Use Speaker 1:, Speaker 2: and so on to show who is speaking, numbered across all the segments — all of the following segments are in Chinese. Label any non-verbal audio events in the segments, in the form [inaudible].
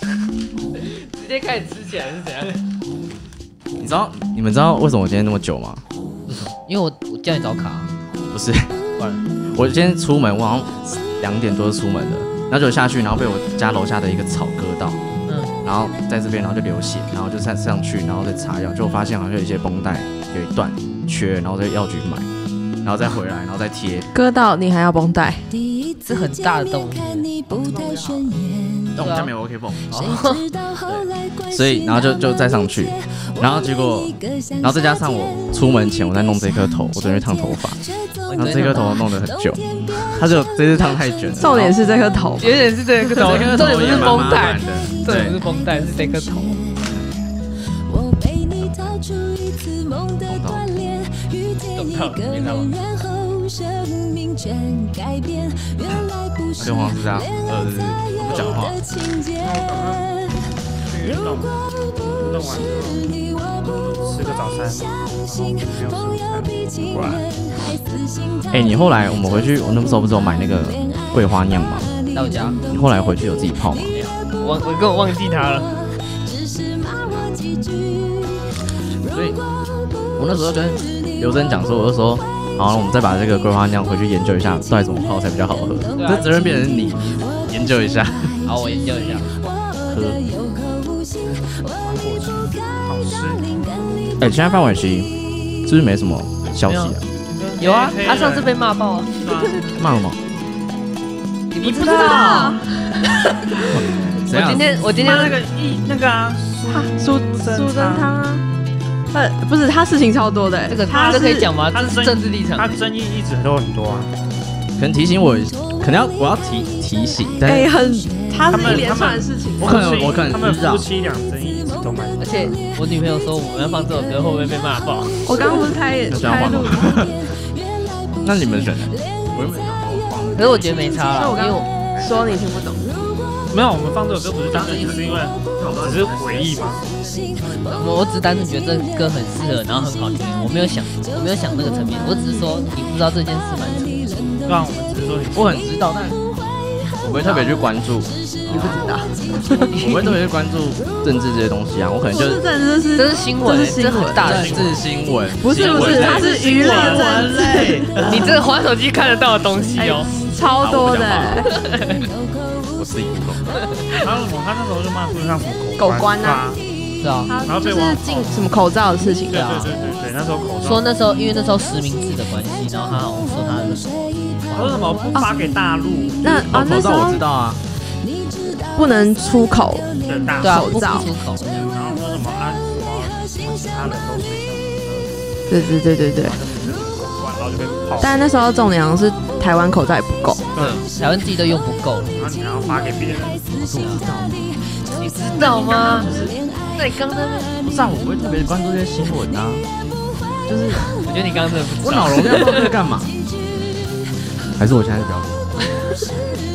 Speaker 1: 直接开始吃起来是怎样？
Speaker 2: 你知道你们知道为什么我今天那么久吗？
Speaker 3: 因为我我叫你找卡，
Speaker 2: 不是，我今天出门，我好像两点多出门的，然后就下去，然后被我家楼下的一个草割到，
Speaker 3: 嗯，
Speaker 2: 然后在这边，然后就流血，然后就上上去，然后再擦药，就发现好像有一些绷带有一段缺，然后在药局买，然后再回来，然后再贴，
Speaker 4: 割到你还要绷带，
Speaker 3: 这很大的洞
Speaker 2: 但我们家没有 OK 哦绷， [laughs] 所以然后就就再上去，然后结果，然后再加上我出门前我在弄这颗头，我准备烫头发，
Speaker 3: 我
Speaker 2: 然后这颗头弄得很久，它就这次烫太卷了，
Speaker 4: 重点是这颗头
Speaker 1: 有点是这个头，
Speaker 2: 这颗
Speaker 1: 重点
Speaker 2: 头
Speaker 1: 不
Speaker 2: 也
Speaker 1: 是
Speaker 2: 蛮
Speaker 1: 绷
Speaker 2: 麻
Speaker 1: 带
Speaker 2: 烦，的，
Speaker 1: 重点
Speaker 2: 对
Speaker 1: 不。是绷带，是这个头。
Speaker 5: 我陪你逃出一次梦的锻炼，遇见一个人，然后生命全改变。原来不是
Speaker 2: 就黄是这样，
Speaker 5: 恋
Speaker 2: 呃，
Speaker 5: 爱
Speaker 2: 对对
Speaker 5: 才
Speaker 2: 对，不讲
Speaker 5: 有
Speaker 2: 话。
Speaker 5: 的情节。如果不是你，我不
Speaker 6: 吃个早
Speaker 5: 会
Speaker 6: 餐，
Speaker 5: 相信朋友比情人还死心塌地。
Speaker 2: 哎，你后来我们回去，我那时候不是有买那个桂花酿吗？
Speaker 3: 到家，
Speaker 2: 你后来回去有自己泡吗？
Speaker 1: 我我根本忘记他了。
Speaker 5: 只是骂我几句。
Speaker 2: 所以我那时候跟刘真讲说，我就说，好，我们再把这个桂花酿回去研究一下，到底怎么泡才比较好喝。
Speaker 1: 对啊
Speaker 2: 这责任变成你研究一下。
Speaker 3: 好，我研究一下。
Speaker 6: 好吃。
Speaker 2: 哎，现在范玮琪是不是没什么消息啊？
Speaker 1: 有啊，他上次
Speaker 6: 次
Speaker 1: 被骂爆啊，
Speaker 2: 骂了吗？
Speaker 1: 你不知道？
Speaker 2: 怎
Speaker 1: 我
Speaker 2: 样
Speaker 1: 今？天我今天
Speaker 6: 那个一那个啊，
Speaker 4: 苏苏
Speaker 6: 贞
Speaker 4: 贞昌啊，呃，不是，他事情超多的，
Speaker 1: 这个
Speaker 4: 他
Speaker 1: 这可以
Speaker 4: 是
Speaker 1: 讲吗？
Speaker 6: 他
Speaker 1: 这
Speaker 6: 是
Speaker 1: 是政治立场
Speaker 6: 他，争议一直都很多啊。
Speaker 2: 可能提醒我，可能要我要提提醒，但
Speaker 4: 哎
Speaker 2: 是
Speaker 4: 很，他
Speaker 6: 他
Speaker 4: 是
Speaker 6: 们
Speaker 4: 一连串的事情，
Speaker 2: 我可能
Speaker 6: 夫妻
Speaker 2: 我可
Speaker 6: 他
Speaker 2: 能
Speaker 6: 们
Speaker 2: 知道
Speaker 6: 夫，妻俩争议一直都蛮
Speaker 1: 而且我女朋友说我们要放这首歌会不会被骂 [laughs] 爆？
Speaker 4: 我刚刚不是开
Speaker 2: 那这样
Speaker 4: 开
Speaker 2: 换
Speaker 4: 录
Speaker 2: 吗，那你们选的？我又没
Speaker 3: 可是我觉得没差
Speaker 4: 所以
Speaker 3: 了，
Speaker 4: 我
Speaker 3: 因
Speaker 4: 刚
Speaker 3: 为我
Speaker 4: 刚说你听不懂，
Speaker 6: 没有，我们放这首歌不是单纯是因为只是回忆嘛，
Speaker 3: 我我只是单纯觉得这歌很适合，然后很好听，我没有想我没有想那个层面，我只是说你不知道这件事蛮扯，
Speaker 6: 对啊，我们只是说你
Speaker 2: 我很知道，但我不会特别去关注，啊我不会特别去关注政治这些东西啊，我可能就
Speaker 4: 不是这就是
Speaker 3: 这是新
Speaker 4: 这
Speaker 3: 闻，
Speaker 4: 是新闻
Speaker 3: 很大的
Speaker 2: 政
Speaker 3: 新
Speaker 2: 治
Speaker 3: 闻。
Speaker 2: 新闻，
Speaker 4: 不是
Speaker 2: 新闻
Speaker 4: 不
Speaker 2: 类
Speaker 4: 是，他是娱乐政治，
Speaker 1: 你这个滑手机看得到的东西哦。
Speaker 4: 超多
Speaker 2: 好
Speaker 4: 的哎，
Speaker 2: 我自己
Speaker 6: 他什么，他那时候就骂说像什么
Speaker 4: 狗
Speaker 6: 官
Speaker 4: 官啊，
Speaker 3: 是啊，
Speaker 6: 然后
Speaker 4: 就
Speaker 6: 被
Speaker 4: 是
Speaker 6: 网
Speaker 4: 进什么口罩的事情啊
Speaker 6: 对，对对对对，那时候口罩
Speaker 3: 说那时候因为那时候实名制的关系，然后他好像说他的
Speaker 6: 说什么不发给大陆
Speaker 4: 那啊那
Speaker 2: 口
Speaker 4: 时
Speaker 2: 罩我
Speaker 4: 候
Speaker 2: 知道啊，
Speaker 4: 不能出口，
Speaker 6: 的大
Speaker 3: 对啊，
Speaker 4: 口
Speaker 3: 不
Speaker 4: 罩
Speaker 3: 出口，
Speaker 6: 然后说什么啊什么什么其他人都水深
Speaker 4: 对对对对对，
Speaker 6: 火热，就是狗官，然后就被泡，
Speaker 4: 但那时候重点好像是台湾口罩也不够，
Speaker 3: 台湾自己都用不够了。
Speaker 6: 然后你还要发给别人，
Speaker 1: 你知道吗？那你刚刚在那边，
Speaker 2: 不是啊，我不会特别关注这些新闻啊，就是
Speaker 1: 我觉得你刚刚真的不
Speaker 2: 我
Speaker 1: 知
Speaker 2: 脑
Speaker 1: 道。
Speaker 2: 容量放这干嘛？ [laughs] 还是我现在就不要
Speaker 3: [laughs]
Speaker 2: 录？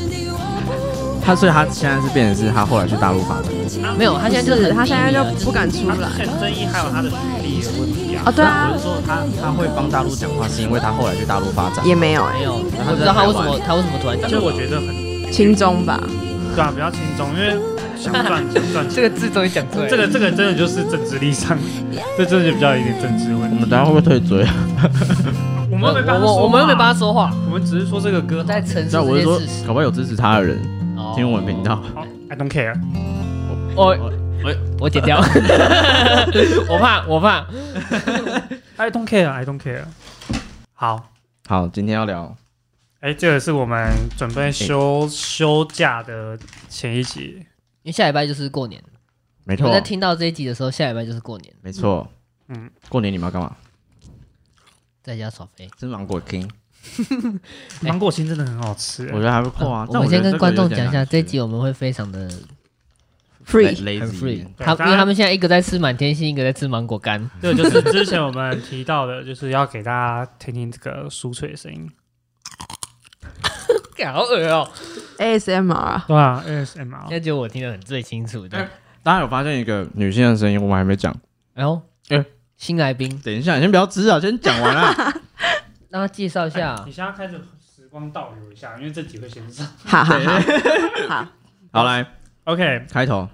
Speaker 2: 他所以他现在是变成是他后来去大陆发展，
Speaker 3: 没有，他现在就是啊是
Speaker 4: 他现在就不敢出
Speaker 6: 他
Speaker 4: 来
Speaker 6: 之前争议还有他的学历的问题啊
Speaker 4: 哦，，对啊
Speaker 2: 我，是说他他会帮大陆讲话，是因为他后来去大陆发展，
Speaker 4: 也没有哎
Speaker 3: 没，有，我不知道他为什么他为什么突然
Speaker 6: 但
Speaker 3: 讲
Speaker 6: 是我觉得很
Speaker 4: 轻中吧，
Speaker 6: 对啊，比较轻松，因为想赚钱赚
Speaker 1: 这
Speaker 6: 钱。
Speaker 1: 个字终于讲出来了，
Speaker 6: 这个这个真的就是政治立场，这真的就比较有点政治问
Speaker 2: 我
Speaker 6: 题。
Speaker 2: 们等下会不会退追？啊 [laughs]
Speaker 1: 我
Speaker 6: 我们没办法，
Speaker 1: 我我们又没帮
Speaker 6: 法，
Speaker 1: 他说话，
Speaker 6: 我们只是说这个歌
Speaker 3: 在陈述
Speaker 2: 那我
Speaker 3: 这
Speaker 2: 是
Speaker 3: 件
Speaker 2: 说
Speaker 3: 事，哦实。
Speaker 2: 搞不好有支持哦他的人听我们频道。
Speaker 6: 好，I don't care。
Speaker 1: 我我剪掉，我怕我怕。
Speaker 6: I don't care, I don't care。好，
Speaker 2: 好，今天要聊
Speaker 6: 哎、这个是我们准备休、休假的前一
Speaker 1: 哎
Speaker 6: 集。
Speaker 3: 因为下礼拜就是过年，
Speaker 2: 没
Speaker 3: 你
Speaker 2: 错
Speaker 3: 们，在听到这一集的时候，下礼拜就是过年，
Speaker 2: 没错。嗯
Speaker 6: 嗯，
Speaker 2: 过年你们要干嘛？
Speaker 3: 在家耍飞。
Speaker 2: 吃芒果 king，
Speaker 3: 哎
Speaker 6: 芒果青真的很好吃、欸
Speaker 2: 我觉得还不错啊。
Speaker 3: 嗯我
Speaker 2: 但
Speaker 3: 们先
Speaker 2: 觉得这
Speaker 3: 跟
Speaker 2: 个
Speaker 3: 观
Speaker 2: 有
Speaker 3: 众
Speaker 2: 点
Speaker 3: 讲一下，
Speaker 2: 难
Speaker 3: 这一集我们会非常的
Speaker 4: free
Speaker 2: 对
Speaker 3: 很
Speaker 2: lazy
Speaker 3: free。
Speaker 6: 对
Speaker 3: 他
Speaker 6: 大家
Speaker 3: 因为他们现在一个在吃满天星，一个在吃芒
Speaker 6: [laughs]
Speaker 3: 果干。
Speaker 6: 对，就是之前我们提到的，就是要给大家听听这个酥脆的
Speaker 2: [laughs]
Speaker 6: 声音，
Speaker 3: 干好恶哦！
Speaker 4: ASMR 啊，
Speaker 6: 对吧、ASMR
Speaker 3: 现。在觉得我听得很最清楚的。
Speaker 2: 大家有发现一个女性的声音，我们还没讲。
Speaker 3: 哎呦，
Speaker 2: 哎
Speaker 3: 新来宾，
Speaker 2: 等一下，你先不要吃啊，先讲完
Speaker 3: [laughs]
Speaker 2: 啊。
Speaker 3: 让他介绍一下
Speaker 6: 哎你。现在开始时光倒流一下，因为这集会先上。
Speaker 4: 哈哈哈，好，
Speaker 2: 好，来
Speaker 6: OK，
Speaker 2: 开头，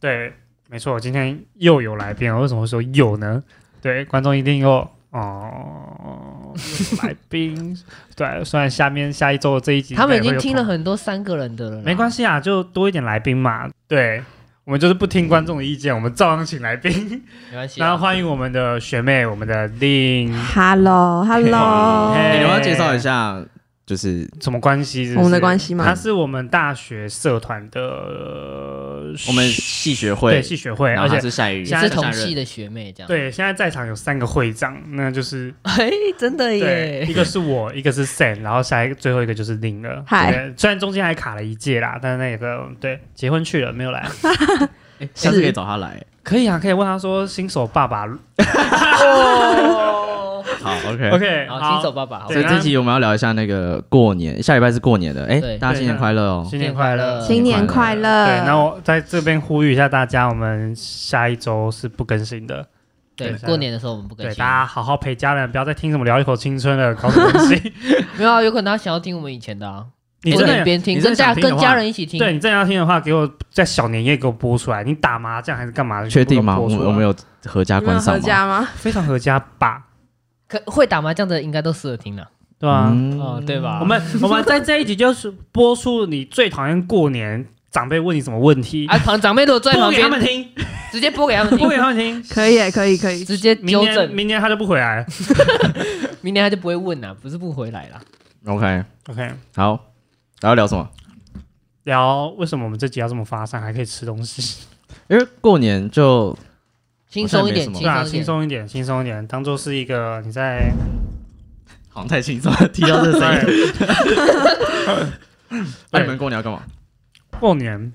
Speaker 6: 对，没错，今天又有来宾了。为什么会说又呢？对，观众一定又哦，又有来宾。
Speaker 3: [laughs]
Speaker 6: 对，虽然下面下一周的这一集
Speaker 3: 他们已
Speaker 6: 应该也会
Speaker 3: 经
Speaker 6: 有
Speaker 3: 听了
Speaker 6: 朋友，
Speaker 3: 很多三个人的了啦，
Speaker 6: 没关系啊，就多一点来宾嘛。对，我们就是不听观众的意见，我们照样请来宾。
Speaker 3: 没关系啊。
Speaker 6: 然后欢迎我们的学妹，我们的令，
Speaker 4: Hello，Hello，
Speaker 6: 嘿
Speaker 2: 你要不要介绍一下？就是
Speaker 6: 什么关系是不是
Speaker 4: 我们的关系吗
Speaker 6: 她是我们大学社团的呃
Speaker 2: [laughs] 我们系学
Speaker 6: 对
Speaker 2: 会，
Speaker 6: 系学会，
Speaker 2: 然
Speaker 6: 哎而
Speaker 2: 后他
Speaker 6: 且
Speaker 2: 是夏雨，
Speaker 6: 现在
Speaker 3: 是
Speaker 2: 夏
Speaker 3: 同
Speaker 2: 日
Speaker 3: 系的学妹这样。，
Speaker 6: 对，现在在场有三个会长，
Speaker 4: [laughs]
Speaker 6: 那就是
Speaker 3: [laughs] 哎，真的
Speaker 6: 对，
Speaker 3: 耶
Speaker 6: 一。个是我，一个是 Sam，然后下一个最后一个就是令了。
Speaker 4: 嗨
Speaker 6: 对，虽然中间还卡了一届啦，但是那个对结婚去了没有来， [laughs]
Speaker 2: 哎下次可以找他来。
Speaker 6: 可以啊，可以问他说新手爸爸。 [laughs]
Speaker 3: 哦，
Speaker 2: 好，OK。
Speaker 6: OK，
Speaker 3: 好，新手爸爸，好
Speaker 6: 对
Speaker 2: 所以这集我们要聊一下那个过年，下礼拜是过年的，哎
Speaker 3: 对，
Speaker 2: 大家新年快乐哦！
Speaker 6: 新年快乐。
Speaker 4: 新年快乐！
Speaker 6: 对，那我在这边呼吁一下大家，我们下一周是不更新的。
Speaker 3: 对
Speaker 6: 对，
Speaker 3: 过年的时候我们不更
Speaker 6: 对，
Speaker 3: 新
Speaker 6: 大，家好好陪家人，不要再听什么聊一口青春
Speaker 3: [laughs]
Speaker 6: 了，搞什么东西？
Speaker 3: 没有啊，有可能他想要听我们以前的啊，
Speaker 6: 你
Speaker 3: 过
Speaker 6: 真
Speaker 3: 年
Speaker 6: 的，
Speaker 3: 边听，
Speaker 6: 你真
Speaker 3: 跟
Speaker 6: 的
Speaker 3: 家
Speaker 6: 想听的话
Speaker 3: 跟家人一起听，
Speaker 6: 对你真的要听的话，给我在小年夜给我播出来。你打麻将还是干嘛？
Speaker 2: 确定吗？
Speaker 6: 全
Speaker 2: 我
Speaker 6: 部都
Speaker 2: 们
Speaker 6: 播出
Speaker 2: 我
Speaker 6: 来
Speaker 2: 们有合家
Speaker 4: 你们
Speaker 2: 观
Speaker 4: 有合
Speaker 2: 赏吗？
Speaker 4: 家吗？
Speaker 6: 非常合家吧？
Speaker 3: 可会打麻将的应该都适合听了，
Speaker 6: 对啊，
Speaker 2: 嗯
Speaker 3: 哦，对吧？
Speaker 6: 我们我们在这一集就是播出你最讨厌过年长辈问你什么问题，
Speaker 3: 啊，旁长辈如果坐在
Speaker 6: 播
Speaker 3: 旁
Speaker 6: 给他们
Speaker 3: 边，
Speaker 6: 听，
Speaker 3: [laughs] 直接播给他们
Speaker 6: 播给
Speaker 3: 听，
Speaker 6: 他们听。
Speaker 4: 可以，可以，可以。
Speaker 3: 直接
Speaker 6: 明
Speaker 3: 纠
Speaker 6: 年
Speaker 3: 正，
Speaker 6: 明年他就不回来了。
Speaker 3: 明年他就不会问了，不是不回来了。
Speaker 2: ，OK，
Speaker 6: OK，
Speaker 2: 好，然后聊什么？
Speaker 6: 聊为什么我们这集要这么发散，还可以吃东西，
Speaker 2: 因为过年就
Speaker 3: 轻松一点，
Speaker 2: 好像没
Speaker 6: 对啊，
Speaker 3: 轻
Speaker 6: 轻
Speaker 3: 松
Speaker 6: 松一点，轻松一点，当做是一个你在
Speaker 2: 好像太轻松了，提到这个
Speaker 4: [laughs]
Speaker 2: 声 [laughs] 音。
Speaker 6: [laughs] 对
Speaker 4: 哎
Speaker 2: 那你们过年要干嘛？
Speaker 6: 哎过年。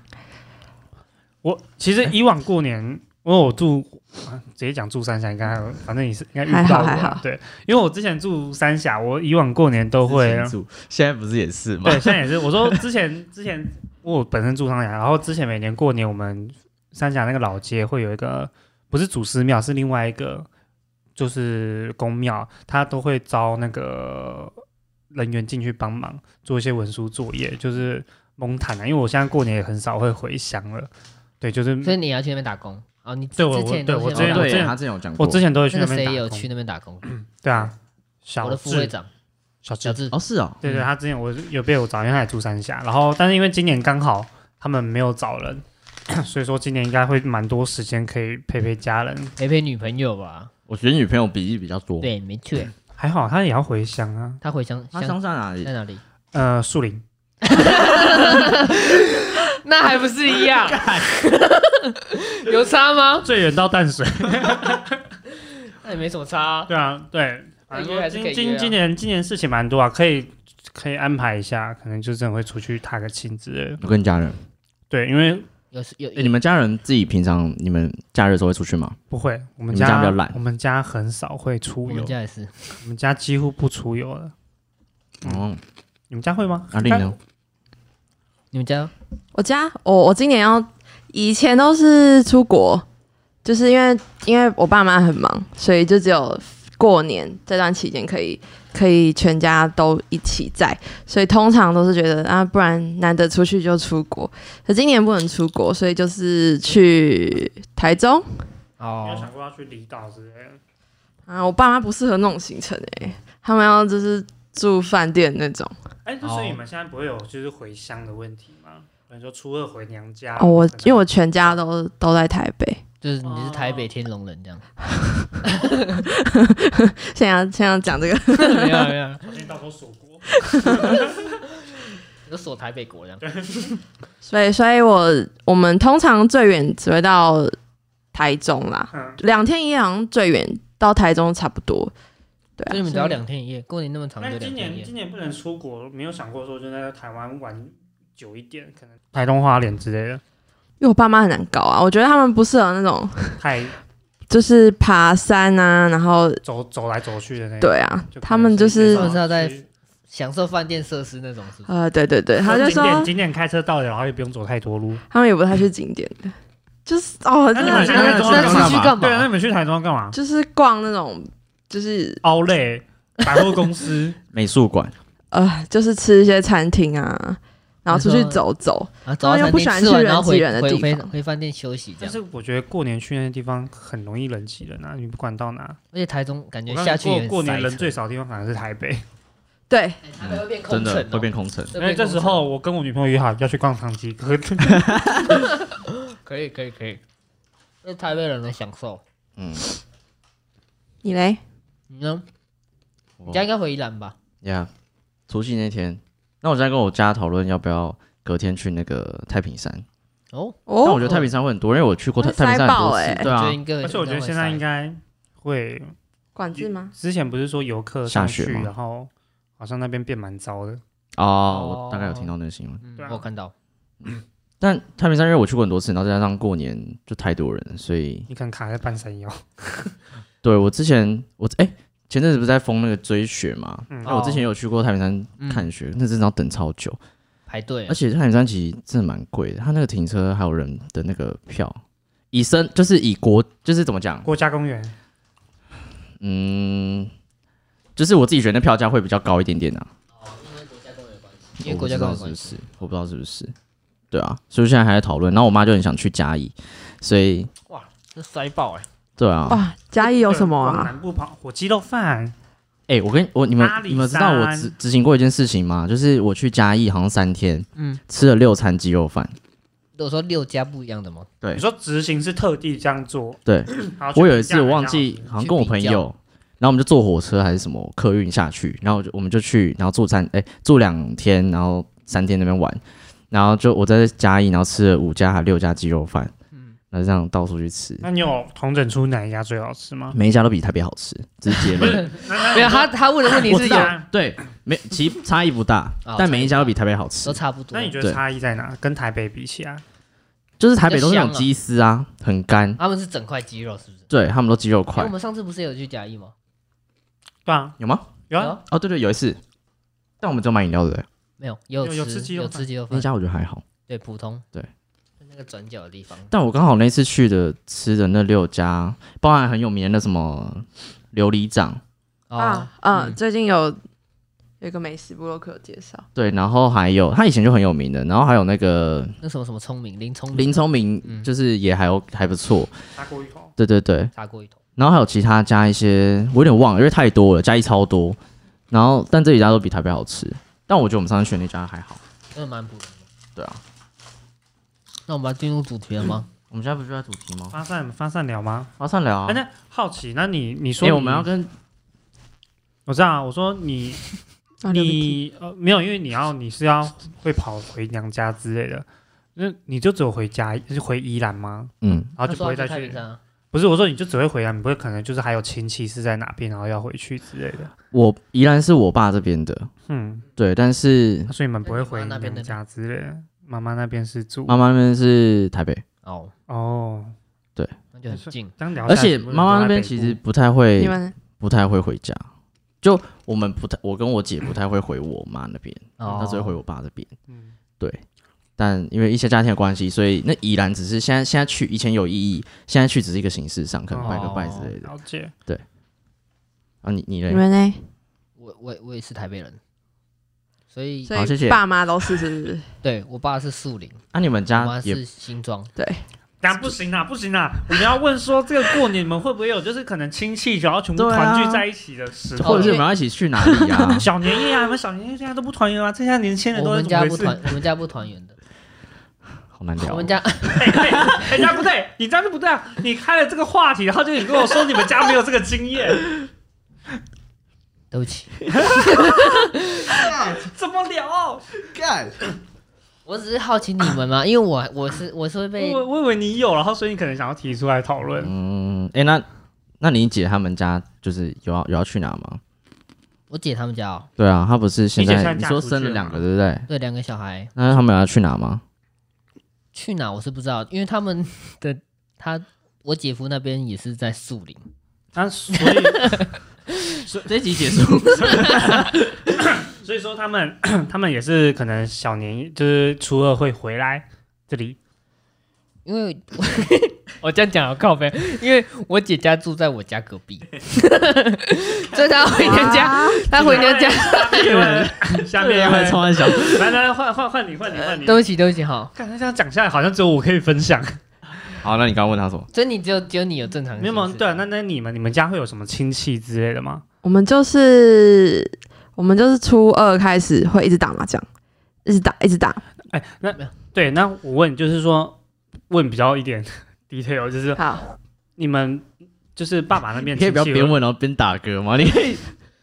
Speaker 6: 我其
Speaker 4: 哎
Speaker 6: 实以往过年，因为我住啊直接讲住三峡，应该反正你是应该遇
Speaker 4: 还
Speaker 6: 到
Speaker 4: 好
Speaker 6: 过
Speaker 4: 还好
Speaker 6: 对，因为我之前住三峡，我以往过年都会
Speaker 2: 庆祝，现在不是也是吗
Speaker 6: 啊
Speaker 2: 哦
Speaker 6: 对，？现在也是。我说之前之前我本身住三峡，然后之前每年过年我们三峡那个老街会有一个，不是祖师庙，是另外一个就是公庙，他都会招那个人员进去帮忙做一些文书作业，就是蒙坦啊。因为我现在过年也很少会回乡了，对，就是
Speaker 3: 所以你要去那边打工哦，你
Speaker 6: 对我
Speaker 3: 之前
Speaker 6: 对
Speaker 3: 都
Speaker 6: 我
Speaker 3: 先
Speaker 6: 之前
Speaker 3: 打
Speaker 6: 我
Speaker 3: 工
Speaker 2: 对，
Speaker 6: 之前
Speaker 2: 他之前有讲过。
Speaker 6: 我之前都会去
Speaker 3: 那
Speaker 6: 那
Speaker 3: 个谁
Speaker 6: 边
Speaker 3: 也
Speaker 6: 打
Speaker 3: 有去
Speaker 6: 工，
Speaker 3: 那边打工，
Speaker 6: 对啊，
Speaker 3: 我
Speaker 6: 小
Speaker 3: 的副会
Speaker 6: 智
Speaker 3: 长
Speaker 6: 小智
Speaker 3: 小智
Speaker 2: 哦，是哦，
Speaker 6: 对对，他之前我有被我找，因为他也住三峡，然后但是因为今年刚好他们没有找人， [coughs] 所以说今年应该会蛮多时间可以陪陪家人。
Speaker 3: 陪陪女朋友吧，
Speaker 2: 我觉得女朋友比例比较多。，
Speaker 3: 对，没错，
Speaker 6: 还好他也要回乡啊，
Speaker 3: 他回乡
Speaker 2: 哦他乡
Speaker 3: 乡
Speaker 2: 下哪里
Speaker 3: 在？哪里？
Speaker 6: 呃，树林
Speaker 3: 那还不是一 [laughs] 样？有差吗？
Speaker 6: 最远到淡水。
Speaker 3: 那也没什么差啊。
Speaker 6: 对啊，对，
Speaker 3: 那
Speaker 6: 反
Speaker 3: 约还
Speaker 6: 正
Speaker 3: 是
Speaker 6: 今
Speaker 3: 可以
Speaker 6: 今
Speaker 3: 约啊
Speaker 6: 今年今年事情蛮多啊，可以可以安排一下，可能就真的会出去踏个青之类的。
Speaker 2: 我跟家人。
Speaker 6: 对，因为
Speaker 3: 有时有
Speaker 2: 哎你们家人自己平常你们假日的时候会出去吗？
Speaker 6: 不会，我们
Speaker 2: 你们家
Speaker 6: 家
Speaker 2: 比较懒
Speaker 6: 我们家很少会
Speaker 3: 我
Speaker 6: 出游
Speaker 3: 们，家也是，
Speaker 6: 我们家几乎不出游了。
Speaker 4: 嗯
Speaker 2: 哦，
Speaker 6: 你们家会吗？
Speaker 2: 阿令呢？
Speaker 3: 你们家
Speaker 4: 我家我我今年要，以前都是出国，就是因为因为我爸妈很忙，所以就只有过年这段期间可以可以全家都一起在，所以通常都是觉得啊，不然难得出去就出国。可今年不能出国，所以就是去台中
Speaker 6: 你有
Speaker 3: 哦
Speaker 6: 想过要去离岛之类的？
Speaker 4: 啊，我爸妈不适合那种行程哎、他们要就是住饭店那种。
Speaker 6: 哎，那所以
Speaker 3: 哦
Speaker 6: 你们现在不会有就是回乡的问题吗？比如说初二回娘家
Speaker 4: 哦，我
Speaker 6: 可能
Speaker 4: 因为我全家都都在台北，
Speaker 3: 就是你是台北天龙人这样，
Speaker 4: 现在现在讲这个。
Speaker 3: 没有没
Speaker 6: [laughs]
Speaker 3: 有，
Speaker 6: 小心到时候锁国。
Speaker 3: 就锁台北国这样。
Speaker 4: 所以，所以我我们通常最远只会到台中啦，
Speaker 6: 嗯
Speaker 4: 两天一夜好像最远到台中差不多。对、啊，
Speaker 3: 所以你们只
Speaker 4: 所
Speaker 3: 要两天一夜，过年那么长
Speaker 6: 那
Speaker 3: 就两
Speaker 6: 今
Speaker 3: 天一
Speaker 6: 年
Speaker 3: 夜
Speaker 6: 今。年不能出国，没有想过说就在台湾玩久一点，可能台东花莲之类的，
Speaker 4: 因为我爸妈很难搞啊，我觉得他们不适合那种
Speaker 6: 太
Speaker 4: 就是爬山啊，然后
Speaker 6: 走走来走去的那种。
Speaker 4: 对啊
Speaker 6: 哎可，能
Speaker 4: 他们就
Speaker 3: 一
Speaker 4: 是
Speaker 3: 个他们是要在
Speaker 6: 去
Speaker 3: 享受饭店设施那种是不是？
Speaker 4: 呃，对对对，他就
Speaker 6: 景
Speaker 4: 说
Speaker 6: 点景点开车到了，然后也不用走太多路。
Speaker 4: 他们也不太去景点的，就是哦，
Speaker 6: 那
Speaker 4: 真
Speaker 6: 你
Speaker 4: 的
Speaker 6: 们
Speaker 4: 很
Speaker 6: 现在
Speaker 4: 难
Speaker 6: 在
Speaker 4: 搞
Speaker 6: 中
Speaker 3: 那
Speaker 6: 山
Speaker 3: 出去干
Speaker 6: 对啊，那
Speaker 3: 嘛？
Speaker 6: 你们去台中干嘛？
Speaker 4: 就是逛那种就是
Speaker 6: 凹类百货公司 [laughs]
Speaker 2: 美术馆，
Speaker 4: 呃，就是吃一些餐厅啊，然后出去走走，
Speaker 1: 啊，早
Speaker 4: 又
Speaker 1: 上
Speaker 4: 不喜欢去人挤人的地
Speaker 1: 回
Speaker 4: 方
Speaker 1: 回饭店休息这
Speaker 6: 但
Speaker 1: 样。
Speaker 6: 是我觉得过年去那些地方很容易人挤人啊，你不管到哪，
Speaker 1: 而且台中感觉
Speaker 6: 我刚
Speaker 1: 下
Speaker 6: 才
Speaker 1: 去
Speaker 6: 过
Speaker 1: 也很
Speaker 6: 过年
Speaker 1: 塞
Speaker 6: 人
Speaker 1: 车
Speaker 6: 最少的地方反而是台北，
Speaker 4: 对，
Speaker 1: 哎台北会变
Speaker 2: 真
Speaker 1: 空城
Speaker 2: 的
Speaker 1: 哦
Speaker 2: 会变空城。
Speaker 1: 会
Speaker 6: 因
Speaker 1: 变
Speaker 6: 为这时
Speaker 1: 空城
Speaker 6: 候我跟我女朋友约好要去逛唐吉诃德，
Speaker 1: 可以可以可以，这是台北人的享受。
Speaker 2: 嗯，
Speaker 4: 你嘞？
Speaker 1: 你呢？
Speaker 2: 我
Speaker 1: 你嗯家应该回宜兰吧？
Speaker 2: 哦呀，除夕那天，那我在跟我家讨论要不要隔天去那个太平山，
Speaker 1: 哦，
Speaker 2: 但我
Speaker 4: 哦
Speaker 2: 觉得太平山会很多，因为我去过太
Speaker 4: 会塞
Speaker 2: 太平山很多
Speaker 4: 爆欸
Speaker 2: 次，对啊
Speaker 1: 就，应该。
Speaker 6: 而且我觉得现在应该会，
Speaker 4: 管制吗？
Speaker 6: 之前不是说游客
Speaker 2: 下
Speaker 6: 上
Speaker 2: 雪
Speaker 6: 去，
Speaker 2: 吗
Speaker 6: 然后好像那边变蛮糟的，
Speaker 2: 哦，我大概有听到那个新闻。
Speaker 1: 嗯
Speaker 6: 对啊
Speaker 1: 我看到
Speaker 2: 但太平山因为我去过很多次，然后再加上过年就太多人，所以
Speaker 6: 你可能卡在半山腰，
Speaker 2: 对我之前我哎、前阵子不是在封那个追雪嘛，
Speaker 6: 嗯
Speaker 2: 那、我
Speaker 4: 哦
Speaker 2: 之前有去过太平山看雪，
Speaker 4: 嗯
Speaker 2: 那真的要等超久，
Speaker 1: 排队啊
Speaker 2: 而，且太平山其实真的蛮贵的，它那个停车还有人的那个票，以身就是以国就是怎么讲，
Speaker 6: 国家公园
Speaker 2: 嗯，就是我自己觉得那票价会比较高一点点啊，
Speaker 1: 因为国家公园
Speaker 2: 我不知道是
Speaker 1: 关系
Speaker 2: 不是？我不知道是不是，对啊，所以我现在还在讨论，然后我妈就很想去嘉义，所以
Speaker 1: 这塞爆哎！
Speaker 6: 欸
Speaker 2: 对啊，
Speaker 4: 哇，嘉义有什么
Speaker 6: 往
Speaker 4: 啊？
Speaker 6: 南部跑火鸡肉饭，
Speaker 2: 哎、我跟我你们
Speaker 6: 阿里
Speaker 2: 你们知道我
Speaker 6: 山
Speaker 2: 执执行过一件事情吗？就是我去嘉义好像三天，
Speaker 1: 嗯
Speaker 2: 吃了六餐鸡肉饭。
Speaker 1: 我说六家不一样的吗？
Speaker 2: 对
Speaker 6: 你说执行是特地这样做，
Speaker 2: 对，
Speaker 6: 然后去
Speaker 2: 我有一次
Speaker 6: 比较
Speaker 2: 我忘记，好像跟我朋
Speaker 1: 去比较
Speaker 2: 友，然后我们就坐火车还是什么客运下去，然后我就我们就去，然后住三哎、住两天，然后三天那边玩，然后就我在嘉义，然后吃了五家还六家鸡肉饭，嗯，然后这样到处去吃，
Speaker 6: 那你有同整出哪一家最好吃吗？
Speaker 2: 每一家都比台北好吃，这是结
Speaker 1: [laughs]
Speaker 6: [laughs]
Speaker 2: 论。
Speaker 1: 没有，他他问的问题
Speaker 2: 我
Speaker 1: 是
Speaker 2: 知
Speaker 1: 有
Speaker 2: 道，对，没其实差异不大
Speaker 1: 哦，
Speaker 2: 但每一家都比台北好吃
Speaker 1: 都。差不多。
Speaker 6: 那你觉得
Speaker 2: 对
Speaker 6: 差异在哪？跟台北比起来，
Speaker 2: 就是台北都是那种
Speaker 1: 比较香啊
Speaker 2: 鸡丝啊，很干，
Speaker 1: 他们是整块鸡肉是不是？
Speaker 2: 对他们都鸡肉
Speaker 1: 哎
Speaker 2: 块
Speaker 1: 我。们上次不是有去嘉义吗？
Speaker 6: 对啊，
Speaker 2: 有吗？
Speaker 6: 有啊，
Speaker 1: 啊
Speaker 2: 哦，对对，有一次，但我们只有买饮料的，
Speaker 1: 没有，也有
Speaker 6: 有
Speaker 1: 吃
Speaker 6: 有吃鸡肉
Speaker 1: 有
Speaker 6: 饭
Speaker 1: 吃鸡肉饭
Speaker 2: 那，家我觉得还好。
Speaker 1: 对，普通，
Speaker 2: 对，
Speaker 1: 那个转角的地方，
Speaker 2: 但我刚好那次去的吃的那六家，包含很有名的那什么琉璃掌，
Speaker 1: 哦
Speaker 4: 啊，，嗯，最近有有一个美食部落客有介绍，
Speaker 2: 对，然后还有他以前就很有名的，然后还有那个
Speaker 1: 那什么什么聪明林聪明
Speaker 2: 林聪明，
Speaker 1: 嗯
Speaker 2: 就是也还 OK，还不错，
Speaker 6: 砂锅鱼头，
Speaker 2: 对对对。
Speaker 1: 炸过一头，
Speaker 2: 然后还有其他加一些，我有点忘了，因为太多了，加一超多。然后但这几家都比台北好吃，但我觉得我们上次选那家还好。
Speaker 1: 真的蛮普通的。
Speaker 2: 对啊，
Speaker 1: 那我们要进入主题了
Speaker 6: 嗯
Speaker 1: 吗？
Speaker 2: 我们现在不是在主题吗？
Speaker 6: 发散发散聊吗？
Speaker 2: 马上聊啊
Speaker 6: 哎，！那好奇，那你你说
Speaker 2: 哎，
Speaker 6: 你
Speaker 2: 我们要跟
Speaker 6: 我知道啊，我说你
Speaker 4: 啊对不起
Speaker 6: 你呃没有，因为你要你是要会跑回娘家之类的，那你就只有回家就是回宜兰吗？
Speaker 2: 嗯，
Speaker 6: 然后
Speaker 1: 他
Speaker 6: 就不
Speaker 1: 说
Speaker 6: 会
Speaker 1: 他
Speaker 6: 再
Speaker 1: 去太
Speaker 6: 去
Speaker 1: 平？山啊，
Speaker 6: 不是，我说你就只会回来，你不会可能就是还有亲戚是在哪边，然后要回去之类的。
Speaker 2: 我宜兰是我爸这边的，
Speaker 6: 嗯，
Speaker 2: 对，但是
Speaker 6: 所以你们不会
Speaker 1: 那
Speaker 6: 回
Speaker 1: 你妈那边的
Speaker 6: 娘家之类的。妈妈那边是住
Speaker 2: 妈妈那边是台北，
Speaker 1: 哦，
Speaker 6: 哦，
Speaker 1: 那就很
Speaker 6: [laughs]
Speaker 1: 近，
Speaker 6: 这样聊下
Speaker 2: 而
Speaker 6: 来
Speaker 2: 且
Speaker 6: 是不是
Speaker 2: 妈妈那
Speaker 6: 都在
Speaker 2: 边
Speaker 6: 北
Speaker 2: 其实
Speaker 6: 部
Speaker 2: 不太
Speaker 4: 你
Speaker 2: 会，
Speaker 4: 们
Speaker 2: 不太会回家。就我们不太，我跟我姐不太会回我妈那边，
Speaker 1: 哦
Speaker 2: 她只会回我爸这边。
Speaker 6: 嗯
Speaker 2: 对，但因为一些家庭的关系，所以那宜兰只是现在现在去，以前有意义，现在去只是一个形式上，可能拜个拜之类的。
Speaker 6: 了解。
Speaker 2: 啊，你你嘞
Speaker 4: 你？们呢？
Speaker 1: 我我我也是台北人，所以
Speaker 4: 所
Speaker 2: 好谢谢
Speaker 4: 以爸妈都是是不是？
Speaker 1: 对我爸是树林，
Speaker 2: 啊，你们
Speaker 1: 我
Speaker 2: 家
Speaker 1: 妈
Speaker 2: 也
Speaker 1: 是新庄，
Speaker 6: 但不行啦，不行啦！我们要问说，这个过年你们会不会有就是可能亲戚然后全部
Speaker 2: 对啊
Speaker 6: 团聚在一起的时候？
Speaker 2: 或者是我们要一起去哪里
Speaker 6: [laughs]
Speaker 2: 啊？
Speaker 6: 小年夜啊，你们小年夜现在都不团圆吗？这下年轻人
Speaker 1: 我
Speaker 6: 都是
Speaker 1: 们
Speaker 6: 怎么
Speaker 1: 家
Speaker 6: 回
Speaker 1: 不
Speaker 6: 事？ [laughs]
Speaker 1: 团，我们家不团圆的，
Speaker 2: 好难聊哦。
Speaker 1: 我们家
Speaker 6: 哎哎哎，这样不对，你这样就不对啊！你开了这个话题，然后就你跟我说你们家没有这个经验， [laughs]
Speaker 1: 对不起，
Speaker 6: 怎么聊？
Speaker 1: 我只是好奇你们嘛，因为我我是我是会被
Speaker 6: 我我以为你有，然后所以你可能想要提出来讨论。
Speaker 2: 嗯，哎、那那你姐他们家就是有要有要去哪吗？
Speaker 1: 我姐他们家哦，
Speaker 2: 对啊，她不是现
Speaker 6: 你姐现
Speaker 2: 在
Speaker 6: 在
Speaker 2: 你
Speaker 6: 嫁
Speaker 2: 说
Speaker 6: 出
Speaker 2: 生
Speaker 6: 去
Speaker 2: 了
Speaker 6: 了
Speaker 2: 两个，
Speaker 6: 吗
Speaker 2: 对不对？
Speaker 1: 对，两个小孩
Speaker 2: 那他们有要去哪
Speaker 6: [laughs]
Speaker 2: 吗？
Speaker 1: 去哪我是不知道，因为他们的他我姐夫那边也是在树林，
Speaker 6: 那所
Speaker 1: [laughs]
Speaker 6: 以
Speaker 2: 这集结束，
Speaker 6: 所以说他们他们也是可能小年就是初二会回来这里，
Speaker 3: 因为
Speaker 1: 我这样讲好靠背，因为我姐家住在我家隔壁，所以她回娘家，
Speaker 4: 哇，
Speaker 1: 她回娘家。 [laughs] 啊
Speaker 6: 下面一位，
Speaker 2: 超爱想，
Speaker 6: 来来换换换你换你换你。
Speaker 1: 对不起，对不起，好，
Speaker 6: 看他这样讲下来，好像只有我可以分享。
Speaker 2: 好，那你刚刚问他什么？
Speaker 1: 所以你只有只有你有正常的
Speaker 6: 没
Speaker 1: 心
Speaker 6: 有
Speaker 1: 思，
Speaker 6: 吗？对啊，那那你们你们家会有什么亲戚之类的吗？
Speaker 4: 我们就是我们就是初二开始会一直打麻将，一直打一直打。
Speaker 6: 哎，那对，那我问就是说，问比较一点 [laughs] detail，就是
Speaker 4: 好，
Speaker 6: 你们就是爸爸那边
Speaker 2: 你可以不要
Speaker 6: 亲戚
Speaker 2: 边
Speaker 6: 有
Speaker 2: 问然后边打嗝吗？ [laughs] 你可以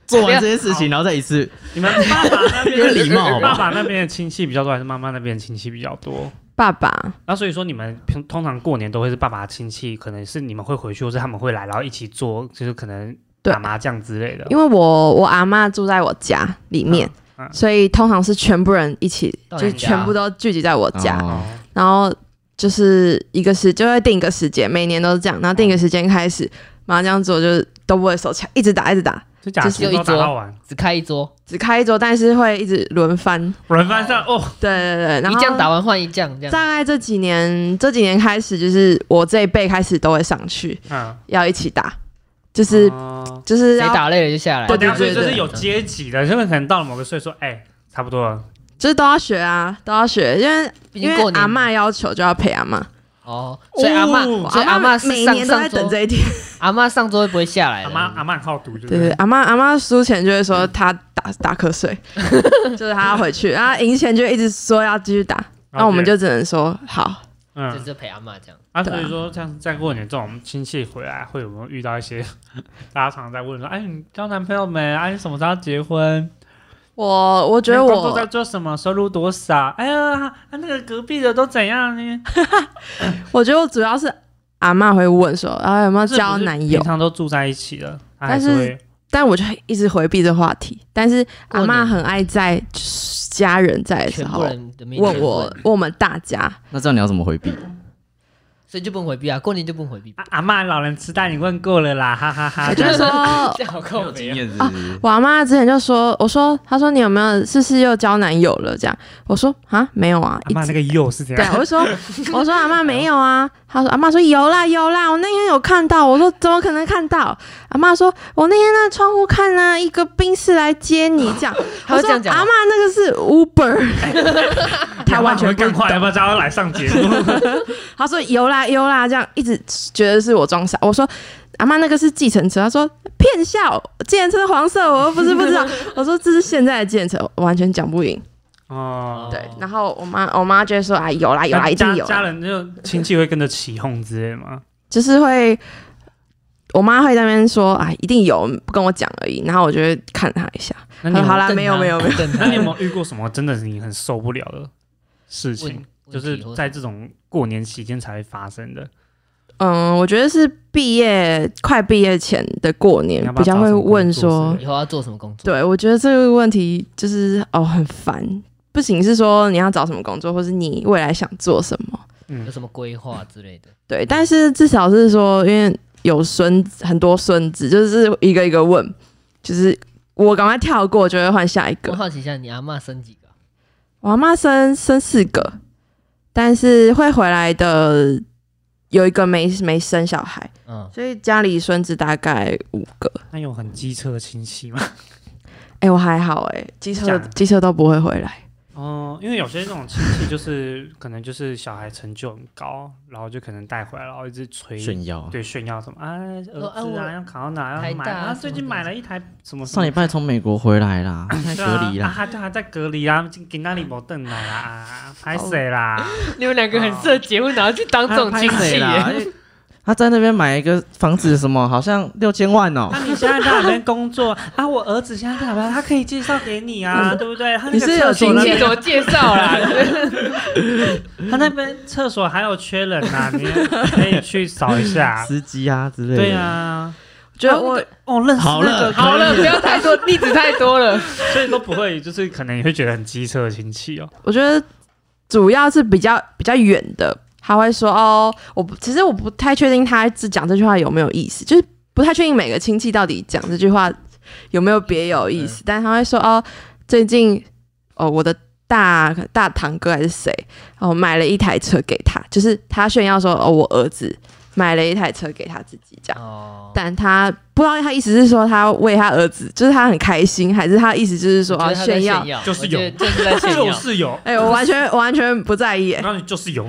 Speaker 2: 做完这些事情，然后再一次
Speaker 6: 你们爸爸那边
Speaker 2: 有点礼貌好不好
Speaker 6: 爸爸那边的亲戚比较多，还是妈妈那边的亲戚比较多？
Speaker 4: 爸爸，
Speaker 6: 那所以说，你们平通常过年都会是爸爸亲戚，可能是你们会回去，或是他们会来，然后一起做，就是可能
Speaker 4: 对
Speaker 6: 打麻将之类的。
Speaker 4: 因为我我阿嬷住在我家里面，
Speaker 6: 嗯嗯
Speaker 4: 所以通常是全部人一起，
Speaker 1: 到
Speaker 4: 就是
Speaker 1: 你家
Speaker 4: 全部都聚集在我家，
Speaker 2: 哦
Speaker 6: 哦，
Speaker 4: 然后就是一个时就会定一个时间，每年都是这样，然后定一个时间开始麻将桌就是都不会收起来，一直打一直打，
Speaker 6: 是假
Speaker 3: 就
Speaker 6: 的
Speaker 3: 是有一
Speaker 6: 都打
Speaker 3: 桌
Speaker 6: 到
Speaker 1: [laughs]
Speaker 6: 完，
Speaker 3: 只开一桌，
Speaker 4: 只开一桌，但是会一直轮番，
Speaker 6: 轮番上哦，
Speaker 4: 对对对，然
Speaker 3: 一
Speaker 4: 后
Speaker 3: 将打完换一将，这样
Speaker 4: 大概这几年，这几年开始，就是我这一辈开始都会上去，
Speaker 6: 嗯，
Speaker 4: 要一起打，就是、
Speaker 6: 哦
Speaker 4: 就是
Speaker 3: 谁
Speaker 4: 要
Speaker 3: 打累了就下来。
Speaker 4: 对
Speaker 6: 等
Speaker 4: 对
Speaker 6: 下所以
Speaker 4: 对
Speaker 6: 就
Speaker 4: 对
Speaker 6: 是有阶级的，因为可能到了某个岁数，哎，差不多了，
Speaker 4: 就是都要学啊，都要学，因为因
Speaker 3: 毕竟
Speaker 4: 为
Speaker 3: 过年
Speaker 4: 阿嬷要求就要陪阿嬷，
Speaker 3: 哦，所以阿妈，
Speaker 6: 哦
Speaker 4: 我
Speaker 3: 所以阿
Speaker 4: 嬷
Speaker 3: 嬷是
Speaker 4: 每
Speaker 3: 上
Speaker 4: 年都在
Speaker 3: 上
Speaker 4: 等
Speaker 3: 桌，
Speaker 4: 这一天。
Speaker 3: 阿妈上桌会不会下来
Speaker 6: 阿
Speaker 3: 了？
Speaker 6: 妈阿妈很好赌，对不
Speaker 4: 对对，
Speaker 6: 对？
Speaker 4: 阿妈阿妈输钱就会说
Speaker 3: 嗯
Speaker 4: 她打打瞌睡， [laughs] 就是她要回去，然后赢钱就一直说要继续打，那我们就只能说好。
Speaker 6: 嗯
Speaker 3: 就是陪阿妈这样。
Speaker 6: 啊，
Speaker 4: 对
Speaker 6: 所
Speaker 4: 啊
Speaker 6: 以说像在过年这种亲戚回来，会有没有遇到一些 [laughs] 大家常常在问说，哎，你交男朋友没？哎，你什么时候要结婚？
Speaker 4: 我我觉得
Speaker 6: 你工作在
Speaker 4: 我
Speaker 6: 做什么？收入多少？哎呀，啊那个隔壁的都怎样 [laughs] 呢？
Speaker 4: 我觉得我主要是阿嬷会问说啊有没有
Speaker 6: 是不是
Speaker 4: 交男
Speaker 6: 平
Speaker 4: 友，
Speaker 6: 常都住在一起了，哎他还
Speaker 4: 但是
Speaker 6: 会
Speaker 4: 但我就一直回避这话题。但是阿
Speaker 3: 过
Speaker 4: 嬷
Speaker 3: 年
Speaker 4: 很爱在就是家人在的时
Speaker 3: 全
Speaker 4: 候
Speaker 3: 部人的面前
Speaker 4: 问我问我们大家，
Speaker 2: 那这样你要怎么回避？
Speaker 3: 所以就不能回避啊，过年就不能回避。
Speaker 6: 啊阿妈老人痴呆，你问够了啦， [laughs] 哈哈哈
Speaker 4: 我就
Speaker 1: 哦
Speaker 4: 说
Speaker 3: 这样好扣
Speaker 2: 经
Speaker 3: 没啊！
Speaker 2: 验是不是
Speaker 4: 我阿妈之前就说，我说，她说你有没有是不是又交男友了？这样，我说啊没有啊，
Speaker 6: 阿
Speaker 4: 一
Speaker 6: 妈那
Speaker 4: 直
Speaker 6: 个又是怎
Speaker 4: 对，
Speaker 6: 样？
Speaker 4: 我就说 [laughs] 我说阿妈没有啊，她说阿妈说有啦有啦，我那天有看到，我说怎么可能看到？阿妈说我那天在窗户看呢、一个兵士来接你这样，
Speaker 3: 她
Speaker 4: 我
Speaker 3: 会
Speaker 4: 说
Speaker 3: 这样讲吗
Speaker 4: 阿妈那个是 Uber，她完全不
Speaker 6: 更快，要不
Speaker 4: 懂，
Speaker 6: 要叫他来上节
Speaker 4: [laughs]
Speaker 6: 目？
Speaker 4: 她说有啦有啦，这样一直觉得是我装傻，我说。阿妈那个是计程车，她说骗笑，计程车黄色，我又不是不知道。我说这是现在的计程车，我完全讲不赢。
Speaker 6: 哦，
Speaker 4: 对，然后我妈我妈就会说啊，有啦有啦，
Speaker 6: 那
Speaker 4: 一定
Speaker 6: 家
Speaker 4: 有啦，
Speaker 6: 家人就亲戚会跟着起哄之类吗？
Speaker 4: 就是会，我妈会在那边说啊，一定有，不跟我讲而已。然后我就会看她一下，
Speaker 6: 那你有
Speaker 4: 嗯好啦没有没有没
Speaker 3: 有。
Speaker 6: 那你有没有遇过什么真的是你很受不了的事情？
Speaker 3: 问
Speaker 6: [laughs] 就是
Speaker 3: 问题或
Speaker 6: 在这种过年期间才会发生的。
Speaker 4: 嗯，我觉得是毕业快毕业前的过年
Speaker 6: 你要不
Speaker 4: 比
Speaker 6: 要
Speaker 4: 较会问
Speaker 6: 找什么工
Speaker 4: 说
Speaker 6: 作之类，
Speaker 3: 以后要做什么工作？
Speaker 4: 对我觉得这个问题就是哦很烦，不仅是说你要找什么工作，或是你未来想做什么，
Speaker 6: 嗯
Speaker 3: 有，什么规划之类的？
Speaker 4: 对，但是至少是说，因为有孙子很多孙子，就是一个一个问，就是我赶快跳过，就会换下一个
Speaker 3: 我。好奇一下，你阿妈生几个啊？
Speaker 4: 我阿妈生生四个，但是会回来的有一个没没生小孩，
Speaker 3: 嗯，
Speaker 4: 所以家里孙子大概五个。
Speaker 6: 那有很机车的亲戚吗？
Speaker 4: 哎、我还好哎、机车
Speaker 6: 假的
Speaker 4: 机车都不会回来。
Speaker 6: 哦，因为有些那种亲戚就是可能就是小孩成就很高，然后就可能带回来，然后一直吹
Speaker 2: 炫耀？
Speaker 6: 对炫耀什么啊，儿
Speaker 3: 啊
Speaker 6: 子
Speaker 3: 我
Speaker 6: 啊要考到哪
Speaker 3: 台
Speaker 6: 要买
Speaker 3: 大
Speaker 6: 啊，
Speaker 3: 什
Speaker 6: 最
Speaker 3: 么
Speaker 6: 近
Speaker 3: 的
Speaker 6: 买了一台什么什
Speaker 2: 上
Speaker 6: 么
Speaker 2: 礼拜从美国回来啦，现在
Speaker 6: 对
Speaker 2: 隔离
Speaker 6: 啊，啊
Speaker 2: 啦。
Speaker 6: 他就还在隔离啊，给那里没凳来啦，啊拍谁啦？
Speaker 1: 你们两个很适合结婚，然后去当这种亲戚
Speaker 2: 对啦
Speaker 1: 耶。，
Speaker 2: 他在那边买一个房子，什么好像六千万哦。
Speaker 6: 那、。你现在在哪边工作啊？我儿子现在在哪边？他可以介绍给你啊，对不对？他那
Speaker 4: 你
Speaker 6: 个
Speaker 4: 是有
Speaker 6: 厕所
Speaker 4: 亲
Speaker 6: 那
Speaker 4: 戚
Speaker 1: 亲戚
Speaker 6: 边
Speaker 1: 怎么介绍 [laughs] 啦？
Speaker 6: 他那边厕所还有缺人啊，你可以去扫一下
Speaker 2: [laughs] 司机啊之类的。
Speaker 6: 对，啊，
Speaker 4: 觉得我、
Speaker 6: 哦，认识
Speaker 2: 好
Speaker 6: 那个
Speaker 2: 了
Speaker 1: 好了，不要太多例子太多了。
Speaker 6: 所以都不会，就是可能你会觉得很机车的亲戚哦。
Speaker 4: 我觉得主要是比较比较远的，他会说哦，我不其实我不太确定他只讲这句话有没有意思，就是不太确定每个亲戚到底讲这句话有没有别有意思，但他会说哦，最近哦我的大大堂哥还是谁，然后买了一台车给他，就是他炫耀说哦，我儿子买了一台车给他自己这样。
Speaker 6: 啊
Speaker 1: 哦，
Speaker 4: 但他不知道他意思是说他为他儿子，就是他很开心，还是他意思就是说
Speaker 1: 我觉
Speaker 4: 啊
Speaker 1: 得他在
Speaker 4: 炫耀？
Speaker 1: 耀，
Speaker 6: 就是
Speaker 1: 我觉
Speaker 6: 有
Speaker 1: 得就是
Speaker 6: [laughs]
Speaker 1: 哦在炫
Speaker 6: 就
Speaker 1: 耀，
Speaker 6: 是有，
Speaker 4: 哎、我完全我完全不在意、哎，
Speaker 6: 那你就是有，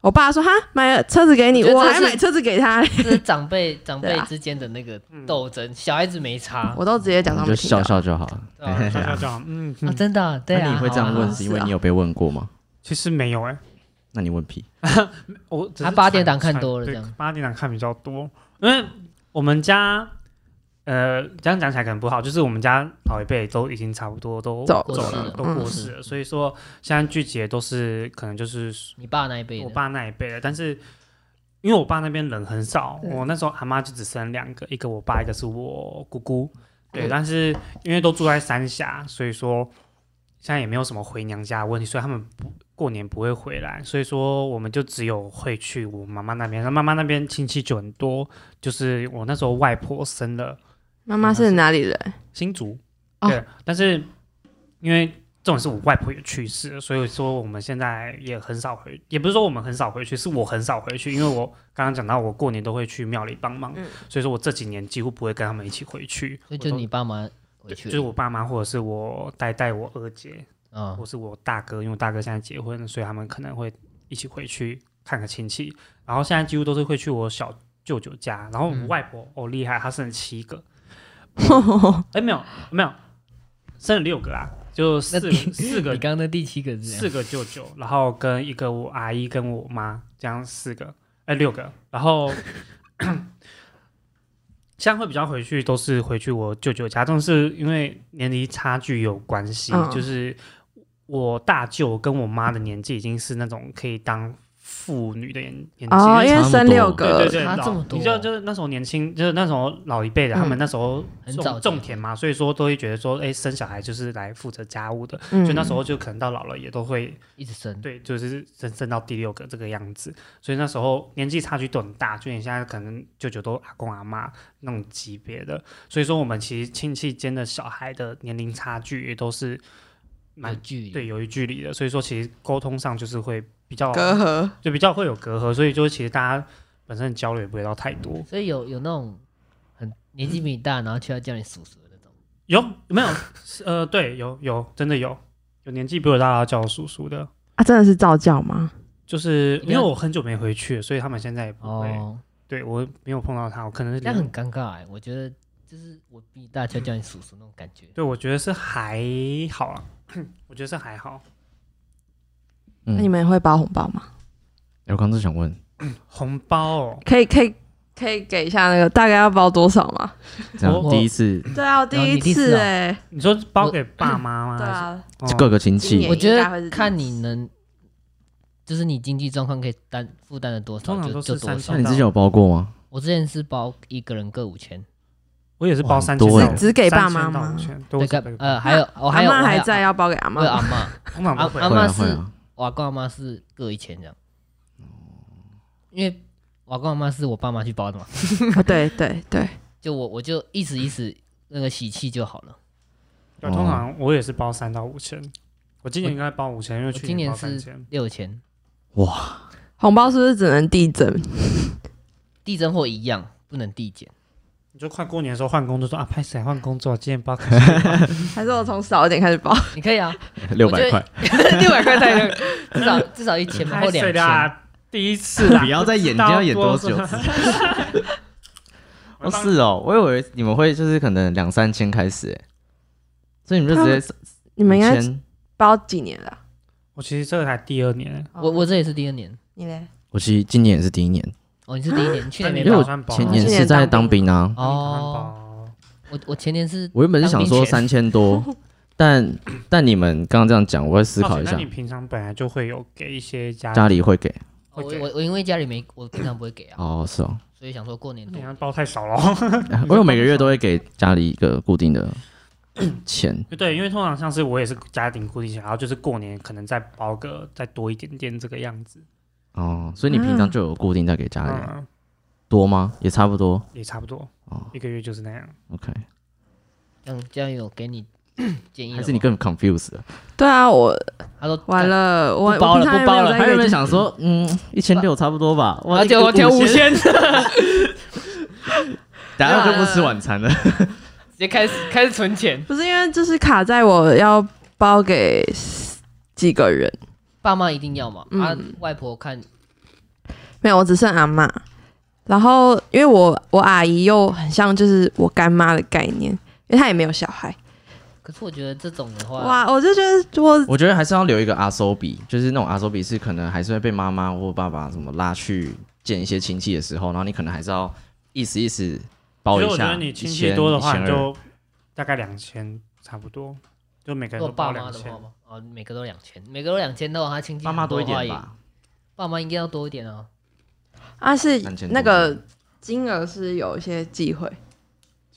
Speaker 4: 我爸说哈，买了车子给你，
Speaker 1: 我觉得
Speaker 4: 我
Speaker 1: 这
Speaker 4: 还
Speaker 1: 是
Speaker 4: 买车子给他，
Speaker 1: 这是长辈长辈
Speaker 4: 对啊
Speaker 1: 之间的那个斗争，小孩子没差
Speaker 4: 我都直接假
Speaker 2: 我
Speaker 4: 装
Speaker 2: 们
Speaker 4: 没
Speaker 2: 就
Speaker 4: 听到
Speaker 2: 笑。笑就好
Speaker 1: 对啊
Speaker 6: 这
Speaker 2: [laughs]
Speaker 6: 样
Speaker 2: 了。
Speaker 6: 这样嗯，
Speaker 1: 啊，真的啊，对
Speaker 2: 那
Speaker 1: 啊，
Speaker 2: 你会这样
Speaker 1: 好啊
Speaker 2: 问，是因为
Speaker 4: 是啊
Speaker 2: 你有被问过吗？
Speaker 6: 其实没有哎，
Speaker 2: 那你问屁，
Speaker 6: 我只是
Speaker 1: 他八点档
Speaker 6: 传
Speaker 1: 看多了
Speaker 6: 传
Speaker 1: 这样
Speaker 6: 对八点档看比较多，因为我们家呃这样讲起来可能不好，就是我们家老一辈都已经差不多都
Speaker 4: 走
Speaker 6: 走
Speaker 1: 过世了
Speaker 6: 都
Speaker 4: 嗯
Speaker 6: 过世了，所以说现在剧集都是可能就是
Speaker 1: 你爸那一辈
Speaker 6: 我
Speaker 1: 的，
Speaker 6: 爸那一辈的，但是。因为我爸那边人很少，
Speaker 4: 嗯
Speaker 6: 我那时候阿妈就只生两个，一个我爸，一个是我姑姑。
Speaker 1: 嗯
Speaker 6: 对，但是因为都住在三峡，所以说现在也没有什么回娘家的问题，所以他们不过年不会回来，所以说我们就只有会去我妈妈那边。那妈妈那边亲戚就很多，就是我那时候外婆生了
Speaker 4: 妈妈是哪里人？
Speaker 6: 新竹，
Speaker 4: 哦
Speaker 6: 对，但是因为这种是我外婆也去世了，所以说我们现在也很少回，也不是说我们很少回去，是我很少回去，因为我刚刚讲到我过年都会去庙里帮忙，
Speaker 4: 嗯
Speaker 6: 所以说我这几年几乎不会跟他们一起回去，
Speaker 1: 所以就
Speaker 6: 我都
Speaker 1: 你爸妈回
Speaker 6: 对
Speaker 1: 去
Speaker 6: 就
Speaker 1: 了，
Speaker 6: 是我爸妈或者是我带带我二姐，
Speaker 1: 啊
Speaker 6: 或，是我大哥，因为我大哥现在结婚了，所以他们可能会一起回去看个亲戚。然后现在几乎都是会去我小舅舅家，然后我
Speaker 1: 嗯
Speaker 6: 外婆、哦厉害，她生了
Speaker 1: [laughs]
Speaker 6: 七个，哎没有没有，生了六个啦，就四个四
Speaker 1: 你
Speaker 6: 个
Speaker 1: 刚刚的第七个是怎样
Speaker 6: 四个舅舅，然后跟一个我阿姨跟我妈这样四个，哎、六个，然后现在会比较回去都是回去我舅舅家，但是因为年龄差距有关系，
Speaker 4: 嗯
Speaker 6: 就是我大舅跟我妈的年纪已经是那种可以当妇女的年年纪，
Speaker 4: 哦，
Speaker 6: 因为
Speaker 4: 因为
Speaker 2: 差不
Speaker 4: 生
Speaker 2: 多
Speaker 4: 六
Speaker 6: 对
Speaker 4: 个
Speaker 6: 对，对，
Speaker 1: 差
Speaker 6: 老
Speaker 1: 这么多
Speaker 6: 你知道，就是那时候年轻，就是那时候老一辈的，他们
Speaker 4: 嗯
Speaker 6: 那时候
Speaker 1: 很早
Speaker 6: 种
Speaker 1: 结婚
Speaker 6: 种田嘛，所以说都会觉得说，哎，生小孩就是来负责家务的，
Speaker 4: 嗯
Speaker 6: 所以那时候就可能到老了也都会
Speaker 1: 一直生，
Speaker 6: 对，就是生生到第六个这个样子，所以那时候年纪差距都很大，就你现在可能舅舅都阿公阿妈那种级别的，所以说我们其实亲戚间的小孩的年龄差距也都是
Speaker 1: 有
Speaker 6: 蛮
Speaker 1: 距离，
Speaker 6: 对，有一距离的，所以说其实沟通上就是会比较
Speaker 4: 隔阂。
Speaker 6: 就比较会有隔阂，所以就其实大家本身交流也不会到太多。
Speaker 1: 所以有有那种很年纪比你大，然后却要叫你叔叔的那种，
Speaker 6: 有没有？是呃，对，有有，真的有有年纪比我大要叫我叔叔的，
Speaker 4: 啊，真的是照教吗？
Speaker 6: 就
Speaker 1: 一
Speaker 6: 是
Speaker 1: 定
Speaker 6: 因为
Speaker 1: 要
Speaker 6: 我很久没回去了，所以他们现在也不会。
Speaker 1: 哦，
Speaker 6: 对我没有碰到他，我可能是
Speaker 1: 那
Speaker 6: 连
Speaker 1: 很尴尬哎，我觉得就是我比你大却要叫你叔叔那种感觉，
Speaker 6: 对，我觉得是还好啊，我觉得是还好。
Speaker 4: 那你
Speaker 2: 嗯，
Speaker 4: 们会包红包吗？
Speaker 2: 我刚正想问，
Speaker 6: 红包哦，
Speaker 4: 可以，可以，可以给一下那个大概要包多少吗？
Speaker 2: 这样
Speaker 1: 我
Speaker 2: 第一次
Speaker 4: 对啊，我
Speaker 1: 然后你第一次哦
Speaker 4: 哎、
Speaker 6: 你说包给爸妈吗？
Speaker 4: 对啊，
Speaker 6: 还是，
Speaker 2: 各
Speaker 6: 哦
Speaker 2: 个亲
Speaker 4: 今
Speaker 2: 戚
Speaker 4: 年
Speaker 1: 我觉
Speaker 4: 应该会是
Speaker 1: 得
Speaker 4: 这
Speaker 1: 看
Speaker 4: 样
Speaker 1: 你能，就是你经济状况可以担负担的多
Speaker 6: 通
Speaker 1: 少
Speaker 6: 常
Speaker 1: 就
Speaker 6: 都
Speaker 1: 就是多少
Speaker 6: 3000
Speaker 2: 那。你之前有包过吗？
Speaker 1: 我之前是包一个人各五千，
Speaker 6: 我也是包
Speaker 2: 哇
Speaker 6: 三
Speaker 2: 很
Speaker 6: 千
Speaker 2: 多
Speaker 6: 到，
Speaker 2: 欸
Speaker 4: 只给爸
Speaker 6: 3000
Speaker 4: 妈
Speaker 6: 到
Speaker 4: 吗
Speaker 6: 5000？对
Speaker 1: 对
Speaker 6: 我只
Speaker 1: 个
Speaker 6: 给
Speaker 1: 呃还有我还有
Speaker 4: 阿
Speaker 1: 我
Speaker 4: 妈
Speaker 1: 还
Speaker 4: 还
Speaker 1: 有
Speaker 4: 在，要包给阿
Speaker 1: 我有阿
Speaker 4: 妈，
Speaker 1: 妈，
Speaker 6: 通常
Speaker 1: 阿
Speaker 6: 都会
Speaker 1: 阿
Speaker 2: 会
Speaker 1: 妈
Speaker 2: 啊会
Speaker 1: 是
Speaker 2: 啊，
Speaker 1: 我阿公阿妈是各一千这样，因为我阿公阿妈是我爸妈去包的嘛，
Speaker 4: 啊对对对，
Speaker 1: 就我我就一时一时那个喜气就好了。
Speaker 6: 对，通常我也是包三到五千。我今年应该包五千，因为
Speaker 1: 我
Speaker 6: 去
Speaker 1: 今
Speaker 6: 包
Speaker 1: 年
Speaker 6: 三
Speaker 1: 是
Speaker 6: 千。
Speaker 1: 六千，
Speaker 2: 哇，
Speaker 4: 红包是不是只能递增？
Speaker 1: 递增或一样不能递减，
Speaker 6: 你就快过年的时候换工作，说啊，拍谁换工作？今
Speaker 2: [laughs]
Speaker 6: 年包啊开
Speaker 4: 还是我从少一点开始包？
Speaker 1: 你可以啊，
Speaker 2: 六
Speaker 1: 我觉得
Speaker 2: 百块，
Speaker 1: [laughs] 六百块太多，至少至少一千吧或
Speaker 6: 拍
Speaker 1: 两
Speaker 6: 谁的
Speaker 1: 千。
Speaker 6: 啊？第一次啦，
Speaker 2: 不要再演，
Speaker 6: 知
Speaker 2: 你
Speaker 6: 道
Speaker 2: 要演多
Speaker 6: 多
Speaker 2: 久
Speaker 6: 少？
Speaker 2: 哦，是哦，我以为你们会就是可能两三千开始，哎，所以你们就直接
Speaker 4: 你们应该
Speaker 2: 5000
Speaker 4: 包几年了？
Speaker 6: [laughs] 我其实这个才第二年，
Speaker 1: 我我这也是第二年，
Speaker 4: 你嘞？
Speaker 2: 我其实今年也是第一年，
Speaker 1: 哦，你是第一年，你去年
Speaker 6: 那
Speaker 1: 没
Speaker 2: 因
Speaker 6: 你
Speaker 2: 为
Speaker 1: 包
Speaker 2: 我
Speaker 6: 哎打算啊包
Speaker 2: 前
Speaker 6: 吗
Speaker 2: 年
Speaker 4: 去
Speaker 2: 是
Speaker 4: 年
Speaker 2: 在
Speaker 4: 当
Speaker 2: 当兵啊，
Speaker 1: 哦。
Speaker 6: 哦，
Speaker 1: 我我前年是
Speaker 2: 我原本是想说
Speaker 1: 当
Speaker 2: 三千多，
Speaker 6: [laughs]
Speaker 2: 但但你们刚刚这样讲，我会思考一
Speaker 6: 那
Speaker 2: 下
Speaker 6: 你，平常本来就会有给一些家
Speaker 2: 家里会给
Speaker 1: 我
Speaker 6: 会给
Speaker 1: 我我因为家里没我平常不会给啊，
Speaker 2: 哦，是哦，
Speaker 1: 所以想说过年
Speaker 6: 你
Speaker 1: 多
Speaker 6: 要包太少了。
Speaker 2: [laughs] 我有每个月都会给家里一个固定的钱，
Speaker 6: [laughs] 对，因为通常像是我也是家庭固定钱，然后就是过年可能再包个再多一点点这个样子，
Speaker 2: 哦，所以你平常就有固定在给家里啊、
Speaker 6: 嗯，
Speaker 2: 多吗？也差不多
Speaker 6: 也差不多
Speaker 2: 哦，
Speaker 6: 一个月就是那样。
Speaker 2: OK，
Speaker 1: 这样这样有给你建
Speaker 6: 啊
Speaker 1: 议了
Speaker 2: 还是你更 confused 了？
Speaker 4: 对啊，我
Speaker 1: 吗他说
Speaker 4: 完，了，我
Speaker 1: 不包了不包了
Speaker 2: 他原本
Speaker 4: 想
Speaker 2: 想说，嗯，一千六差不多吧，
Speaker 1: 干
Speaker 2: 哇
Speaker 1: 而且我调五，千， [laughs] 直
Speaker 2: 等下就不吃晚餐了。
Speaker 1: 接开始开始存钱。
Speaker 4: 不是因为就是卡在我要包给几个人，
Speaker 1: 爸妈一定要嘛，啊
Speaker 4: 嗯，
Speaker 1: 外婆看
Speaker 4: 没有，我只剩阿嬷。然后因为我我阿姨又很像就是我干妈的概念，因为她也没有小孩。
Speaker 1: 可是我觉得这种的话，
Speaker 4: 哇，我就觉得我
Speaker 2: 我觉得还是要留一个阿收比，就是那种阿收比是可能还是会被妈妈或爸爸什么拉去见一些亲戚的时候，然后你可能还是要意思意思包
Speaker 6: 所以
Speaker 2: 一
Speaker 6: 我觉
Speaker 2: 下。
Speaker 6: 得你亲
Speaker 2: 一
Speaker 6: 戚
Speaker 2: 千
Speaker 6: 多的话，你。
Speaker 2: 一千二
Speaker 6: 就大概两千差不多，就每个
Speaker 1: 如果
Speaker 6: 人都
Speaker 1: 爸
Speaker 6: 包
Speaker 1: 妈
Speaker 6: 两
Speaker 1: 的
Speaker 6: 千
Speaker 1: 话。嘛，啊，每个都两千，每个都两千的话，他亲戚
Speaker 2: 爸妈
Speaker 1: 很
Speaker 2: 多一
Speaker 1: 的话
Speaker 2: 点
Speaker 1: 也，
Speaker 2: 吧，
Speaker 1: 爸妈应该要多一点啊。
Speaker 4: 啊是
Speaker 2: 三千多
Speaker 4: 那个金额是有一些忌讳。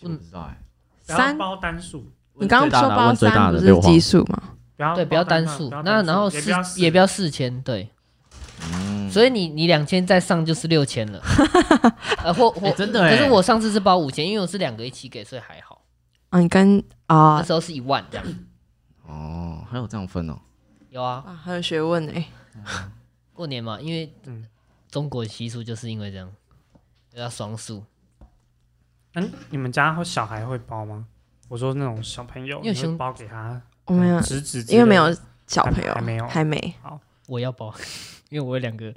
Speaker 2: 我不知道哎。
Speaker 6: 不要
Speaker 4: 三
Speaker 6: 包单数，
Speaker 4: 你刚刚说包
Speaker 2: 问最大
Speaker 4: 三
Speaker 2: 的问最大
Speaker 4: 不
Speaker 2: 的
Speaker 4: 是
Speaker 2: 六
Speaker 4: 奇
Speaker 2: 号
Speaker 4: 数吗？
Speaker 6: 不要
Speaker 1: 对，
Speaker 6: 包
Speaker 1: 不要
Speaker 6: 单
Speaker 1: 单
Speaker 6: 数
Speaker 1: 数
Speaker 6: 不要，
Speaker 1: 那
Speaker 6: 单数
Speaker 1: 然后
Speaker 6: 也
Speaker 1: 四
Speaker 6: 不要四
Speaker 1: 也不要四千，对，
Speaker 2: 嗯，
Speaker 1: 所以你你两千再上就是六千了，呃，或或
Speaker 2: 哎真的
Speaker 1: 可
Speaker 2: 哎
Speaker 1: 是我上次是包五千，因为我是两个一起给，所以还好，
Speaker 4: 啊，你跟啊
Speaker 1: 那时候是一万这样。
Speaker 2: 哦，还有这样分哦。
Speaker 1: 有啊，
Speaker 4: 啊很有学问哎、
Speaker 1: 过年嘛，因为
Speaker 6: 嗯
Speaker 1: 中国习俗就是因为这样，要双数。
Speaker 6: 嗯，你们家会小孩会包吗？我说那种小朋友，
Speaker 1: 你有
Speaker 6: 你会
Speaker 1: 兄
Speaker 6: 包给他
Speaker 4: 我没有，
Speaker 6: 侄子之类的，
Speaker 4: 因为没有小朋友，
Speaker 6: 还没有
Speaker 4: 还没。
Speaker 1: 我要包， [laughs] 因为我有两个，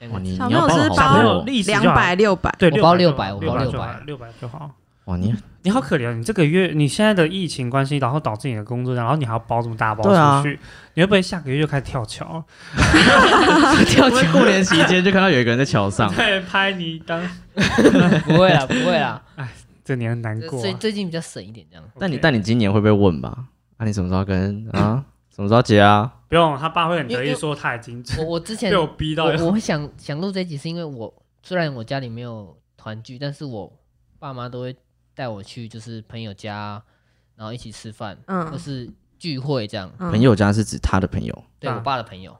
Speaker 1: 两
Speaker 2: 哇，
Speaker 1: 个
Speaker 2: 你
Speaker 4: 小
Speaker 2: 你
Speaker 4: 朋友
Speaker 2: 要
Speaker 4: 是
Speaker 2: 包
Speaker 4: 包
Speaker 2: 好
Speaker 6: 朋
Speaker 2: 多
Speaker 6: 友
Speaker 2: 哦
Speaker 6: 历史就
Speaker 4: 两
Speaker 6: 好
Speaker 4: 百六百，
Speaker 6: 对，
Speaker 1: 我包
Speaker 6: 600
Speaker 1: 600我包
Speaker 6: 就好
Speaker 1: 600
Speaker 6: 六百就好。
Speaker 2: 哇，你
Speaker 6: 你好可怜哦，你这个月你现在的疫情关系，然后导致你的工作量，然后你还要包这么大包
Speaker 2: 对啊
Speaker 6: 出去，你会不会下个月就开始跳 [laughs] 桥？
Speaker 2: 跳起过年期间就看到有一个人在桥
Speaker 6: [laughs]
Speaker 2: 上，
Speaker 6: 对，拍你当
Speaker 1: [laughs] 不会啦，不会啦，
Speaker 6: 这年很难过
Speaker 1: [laughs]
Speaker 6: 啊、
Speaker 1: 最最近比较省一点这样。 [laughs]
Speaker 2: 但你
Speaker 6: OK
Speaker 2: 但你今年会不会问吧？啊，你什么时候跟啊？什么时候结啊？
Speaker 6: 不用，他爸会很得
Speaker 1: 因为
Speaker 6: 意说他已经
Speaker 1: 我我之前
Speaker 6: 被我逼到要，
Speaker 1: 我我会想想录这一集，是因为我虽然我家里没有团聚，但是我爸妈都会带我去，就是朋友家，然后一起吃饭，或
Speaker 4: 嗯
Speaker 1: 是聚会这样。
Speaker 4: 嗯，
Speaker 2: 朋友家是指他的朋友，
Speaker 1: 对
Speaker 6: 啊
Speaker 1: 我爸的朋友，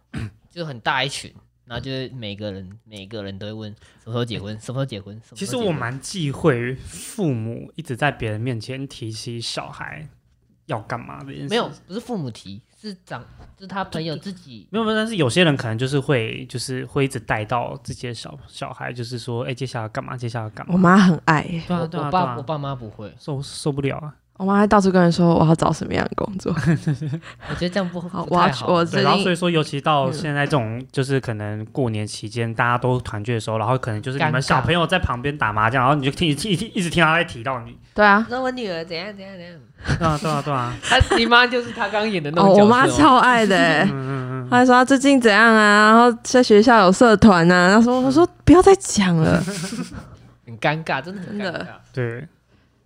Speaker 1: 就很大一群，然后就是每个人每个人都会问什么时候结婚，什么时候结婚。什么时候
Speaker 6: [laughs] 其实
Speaker 1: 结
Speaker 6: 我
Speaker 1: 婚
Speaker 6: 蛮忌讳于父母一直在别人面前提起小孩要干嘛这件事。
Speaker 1: 没有，不是父母提，是长，是他朋友自己。
Speaker 6: 没有没有，但是有些人可能就是会，就是会一直带到自己的小小孩，就是说，哎、接下来要干嘛？接下来要干
Speaker 4: 我
Speaker 6: 嘛？
Speaker 4: 妈很爱、欸，
Speaker 6: 对啊
Speaker 1: 我
Speaker 6: 对啊
Speaker 1: 我
Speaker 6: 对
Speaker 1: 爸我
Speaker 6: 啊，
Speaker 1: 爸妈不会，
Speaker 6: 受受不了啊！
Speaker 4: 我妈还到处跟人说我要找什么样的工作。
Speaker 1: 我觉得这样不
Speaker 4: 好
Speaker 1: 不
Speaker 4: 哦我要
Speaker 1: 太
Speaker 4: 去
Speaker 1: 好。
Speaker 4: 我
Speaker 6: 对，
Speaker 4: 最
Speaker 6: 然后
Speaker 4: 近
Speaker 6: 所以说，尤其到现在这种，就是可能过年期间大家都团聚的时候，然后可能就是你
Speaker 1: 尴尬
Speaker 6: 们小朋友在旁边打麻将，然后你就听一一一直听他在提到你，
Speaker 4: 对啊，
Speaker 1: 那我女儿怎样怎样怎
Speaker 6: [laughs]
Speaker 1: 样？
Speaker 6: 对啊对啊对啊，
Speaker 1: 他你妈就是他刚演的那
Speaker 4: 哦，
Speaker 1: 种角色、
Speaker 4: 我妈超爱
Speaker 1: [laughs]
Speaker 4: 的、欸。
Speaker 6: 嗯嗯嗯，
Speaker 4: 她还说她最近怎样啊，然后在学校有社团啊，然后说我说不要再讲了。
Speaker 1: 很尴尬，真的很尴
Speaker 4: 真
Speaker 1: 尬。
Speaker 6: 对，